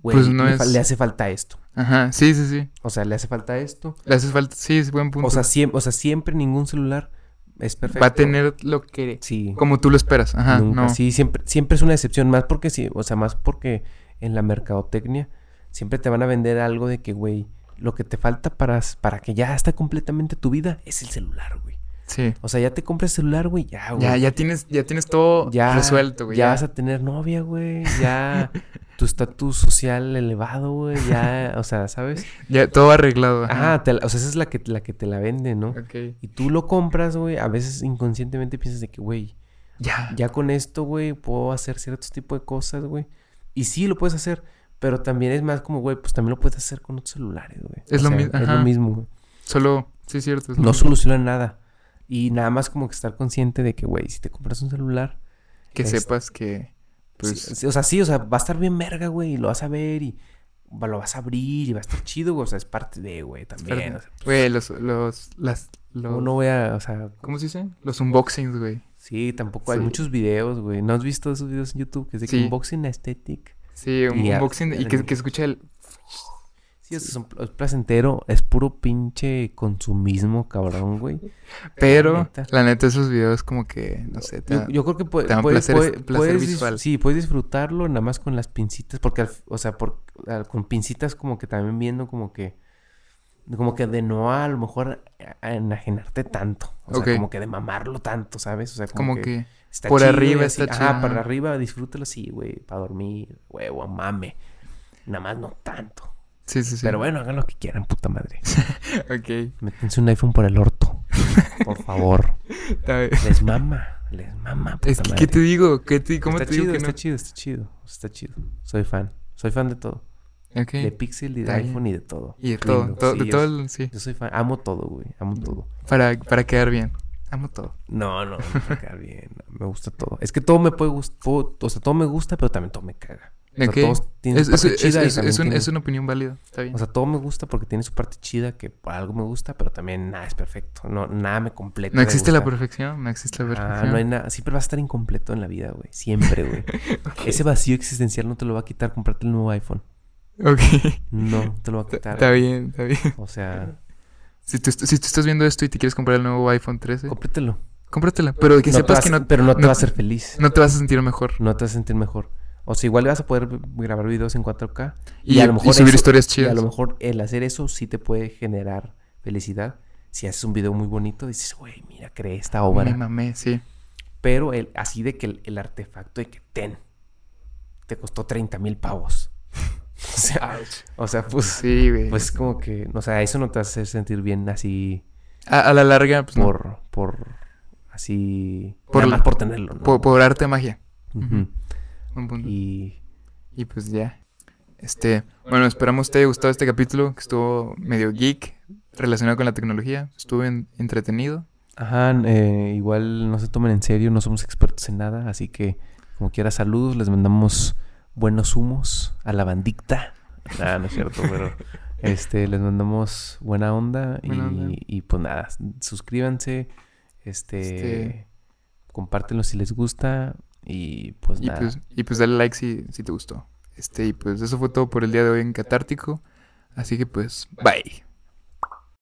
[SPEAKER 2] güey,
[SPEAKER 1] Pues no
[SPEAKER 2] le, fa-
[SPEAKER 1] es-
[SPEAKER 2] le hace falta esto.
[SPEAKER 1] ajá, sí, sí, sí.
[SPEAKER 2] O sea, le hace falta esto.
[SPEAKER 1] Le hace falta, sí, es buen punto.
[SPEAKER 2] O sea, siem- o sea, siempre ningún celular es perfecto.
[SPEAKER 1] va a tener lo que,
[SPEAKER 2] Sí.
[SPEAKER 1] como tú lo esperas, ajá,
[SPEAKER 2] nunca.
[SPEAKER 1] no.
[SPEAKER 2] Sí, siempre, siempre es una excepción. Más porque sí, o sea, más porque en la mercadotecnia siempre te van a vender algo de que, güey, lo que te falta para, para que ya está completamente tu vida es el celular, güey.
[SPEAKER 1] Sí.
[SPEAKER 2] O sea, ya te compras celular, güey, ya, güey.
[SPEAKER 1] Ya, ya tienes, ya tienes todo
[SPEAKER 2] Ah, Ya-
[SPEAKER 1] resuelto, güey.
[SPEAKER 2] Ya,
[SPEAKER 1] ya.
[SPEAKER 2] vas a tener novia, güey.
[SPEAKER 1] [laughs]
[SPEAKER 2] Ya tu estatus social elevado, güey. Ya, o sea, ¿sabes?
[SPEAKER 1] Ya todo arreglado. Ajá.
[SPEAKER 2] Ah, te la- o sea, esa es la que, la que te la vende, ¿no?
[SPEAKER 1] Ok.
[SPEAKER 2] Y tú lo compras, güey. A veces inconscientemente piensas de que, güey,
[SPEAKER 1] Ya.
[SPEAKER 2] ya con esto, güey, puedo hacer ciertos tipos de cosas, güey. Y sí, lo puedes hacer. Pero también es más como, güey, pues también lo puedes hacer con otros celulares, güey.
[SPEAKER 1] Es lo mi-
[SPEAKER 2] Es lo
[SPEAKER 1] ajá.
[SPEAKER 2] mismo, güey.
[SPEAKER 1] Solo, sí, es cierto. es lo
[SPEAKER 2] No
[SPEAKER 1] mismo.
[SPEAKER 2] soluciona nada. Y nada más como que estar consciente de que, güey, si te compras un celular,
[SPEAKER 1] Que
[SPEAKER 2] es-
[SPEAKER 1] sepas que, pues,
[SPEAKER 2] Sí, sí, o sea, sí, o sea, va a estar bien verga, güey, y lo vas a ver y va- lo vas a abrir y va a estar chido, güey, o sea, es parte de, güey,
[SPEAKER 1] espérate.
[SPEAKER 2] también. o sea,
[SPEAKER 1] Güey, los, los, las,
[SPEAKER 2] ¿cómo
[SPEAKER 1] los,
[SPEAKER 2] no voy a, o sea,
[SPEAKER 1] ¿cómo se dice? Los unboxings, güey.
[SPEAKER 2] sí, tampoco hay
[SPEAKER 1] Sí.
[SPEAKER 2] muchos videos, güey. ¿No has visto esos videos en YouTube que es de que
[SPEAKER 1] Sí.
[SPEAKER 2] unboxing aesthetic?
[SPEAKER 1] Sí, un
[SPEAKER 2] Y a-
[SPEAKER 1] unboxing y que, que escucha el...
[SPEAKER 2] Sí, o sea, son- es placentero, es puro pinche consumismo, cabrón, güey. La
[SPEAKER 1] Pero,
[SPEAKER 2] neta.
[SPEAKER 1] la neta, esos videos como que, no sé, [laughs] te
[SPEAKER 2] Yo,
[SPEAKER 1] da-
[SPEAKER 2] yo creo que puede-
[SPEAKER 1] te dan
[SPEAKER 2] puede-
[SPEAKER 1] placer-
[SPEAKER 2] puede-
[SPEAKER 1] placer
[SPEAKER 2] puedes dis-
[SPEAKER 1] visual.
[SPEAKER 2] Sí, puedes disfrutarlo nada más con las pincitas, porque, al- o sea, por- al- con pincitas como que también viendo como que, como que de no a lo mejor a- a enajenarte tanto, o sea,
[SPEAKER 1] Ok.
[SPEAKER 2] como que de mamarlo tanto, ¿sabes? O sea, como,
[SPEAKER 1] como que...
[SPEAKER 2] está
[SPEAKER 1] por
[SPEAKER 2] chido y
[SPEAKER 1] arriba
[SPEAKER 2] así,
[SPEAKER 1] está
[SPEAKER 2] ajá,
[SPEAKER 1] chido,
[SPEAKER 2] para
[SPEAKER 1] ajá.
[SPEAKER 2] arriba disfrútalo sí, güey, para dormir, huevo, mame, nada más no tanto.
[SPEAKER 1] Sí, sí, sí.
[SPEAKER 2] Pero bueno, hagan lo que quieran, puta madre.
[SPEAKER 1] [laughs] Ok.
[SPEAKER 2] Métanse un iPhone por el orto, por favor.
[SPEAKER 1] Está bien.
[SPEAKER 2] Les mama, les mama, puta
[SPEAKER 1] Es que, ¿qué
[SPEAKER 2] madre.
[SPEAKER 1] te digo? ¿Qué te, ¿Cómo
[SPEAKER 2] está
[SPEAKER 1] te
[SPEAKER 2] chido,
[SPEAKER 1] digo que
[SPEAKER 2] está
[SPEAKER 1] no?
[SPEAKER 2] chido, está chido, está chido. Soy fan, soy fan de todo.
[SPEAKER 1] Ok.
[SPEAKER 2] De Pixel y de
[SPEAKER 1] está bien.
[SPEAKER 2] iPhone y de todo.
[SPEAKER 1] Y de
[SPEAKER 2] Lindo,
[SPEAKER 1] todo, todo-
[SPEAKER 2] sí,
[SPEAKER 1] de
[SPEAKER 2] yo-
[SPEAKER 1] todo el... Sí,
[SPEAKER 2] Yo soy fan, amo todo, güey, amo todo.
[SPEAKER 1] para, para quedar bien. Amo todo.
[SPEAKER 2] No, no, me caga bien, no, me gusta todo. Es que todo me puede gustar, o sea, todo me gusta, pero también todo me caga. O sea,
[SPEAKER 1] Ok.
[SPEAKER 2] todos tienen
[SPEAKER 1] Es,
[SPEAKER 2] su
[SPEAKER 1] es-
[SPEAKER 2] parte
[SPEAKER 1] es-
[SPEAKER 2] chida y
[SPEAKER 1] es-
[SPEAKER 2] también
[SPEAKER 1] es un-
[SPEAKER 2] tienen-
[SPEAKER 1] es una opinión válida. Está bien.
[SPEAKER 2] O sea, todo me gusta porque tiene su parte chida que por algo me gusta, pero también nada es perfecto, no, nada me completa.
[SPEAKER 1] no
[SPEAKER 2] de
[SPEAKER 1] existe la
[SPEAKER 2] gustar.
[SPEAKER 1] perfección, no existe la
[SPEAKER 2] Ah,
[SPEAKER 1] perfección.
[SPEAKER 2] no hay nada. Siempre va a estar incompleto en la vida, güey. Siempre, güey. Ese vacío existencial no te lo va a quitar comprarte el nuevo iPhone.
[SPEAKER 1] [laughs] Ok.
[SPEAKER 2] No, te lo va a quitar.
[SPEAKER 1] Está bien, está bien.
[SPEAKER 2] O sea,
[SPEAKER 1] Si tú, est- si tú estás viendo esto y te quieres comprar el nuevo iPhone 13,
[SPEAKER 2] cómprételo.
[SPEAKER 1] cómpratela. Pero que
[SPEAKER 2] No te
[SPEAKER 1] sepas
[SPEAKER 2] vas-
[SPEAKER 1] que no,
[SPEAKER 2] pero no te
[SPEAKER 1] no-
[SPEAKER 2] va a hacer feliz.
[SPEAKER 1] no te vas a sentir mejor.
[SPEAKER 2] No te vas a sentir mejor. O sea, igual vas a poder grabar videos en 4K.
[SPEAKER 1] Y, y subir
[SPEAKER 2] eso-
[SPEAKER 1] historias
[SPEAKER 2] y a
[SPEAKER 1] chidas.
[SPEAKER 2] lo mejor el hacer eso sí te puede generar felicidad. Si haces un video muy bonito, dices, güey, mira, creé esta
[SPEAKER 1] Me
[SPEAKER 2] obra.
[SPEAKER 1] mamé, sí.
[SPEAKER 2] Pero el, así de que el, el artefacto de que ten te costó 30 mil pavos. [laughs] O sea, o sea, pues,
[SPEAKER 1] Sí, güey.
[SPEAKER 2] pues como que, o sea, eso no te hace sentir bien así
[SPEAKER 1] a, a la larga, pues, no. por,
[SPEAKER 2] por, por, así,
[SPEAKER 1] Por
[SPEAKER 2] por,
[SPEAKER 1] el-
[SPEAKER 2] por tenerlo, ¿no?
[SPEAKER 1] por arte de magia.
[SPEAKER 2] Ujú.
[SPEAKER 1] Un punto. Y,
[SPEAKER 2] Y
[SPEAKER 1] pues ya. Este, bueno, esperamos te haya gustado este capítulo que estuvo medio geek relacionado con la tecnología. Estuvo en- entretenido.
[SPEAKER 2] Ajá, eh, igual no se tomen en serio, no somos expertos en nada, así que como quiera saludos, les mandamos buenos humos a la bandicta. Nada, no es
[SPEAKER 1] [laughs]
[SPEAKER 2] cierto, pero este, les mandamos buena onda y,
[SPEAKER 1] Buena onda.
[SPEAKER 2] y, pues nada, suscríbanse, este,
[SPEAKER 1] Este.
[SPEAKER 2] compártenlo si les gusta y pues
[SPEAKER 1] Y
[SPEAKER 2] nada.
[SPEAKER 1] pues, y pues dale like si, si te gustó. Este, y pues eso fue todo por el día de hoy en Catártico. Así que pues, bye.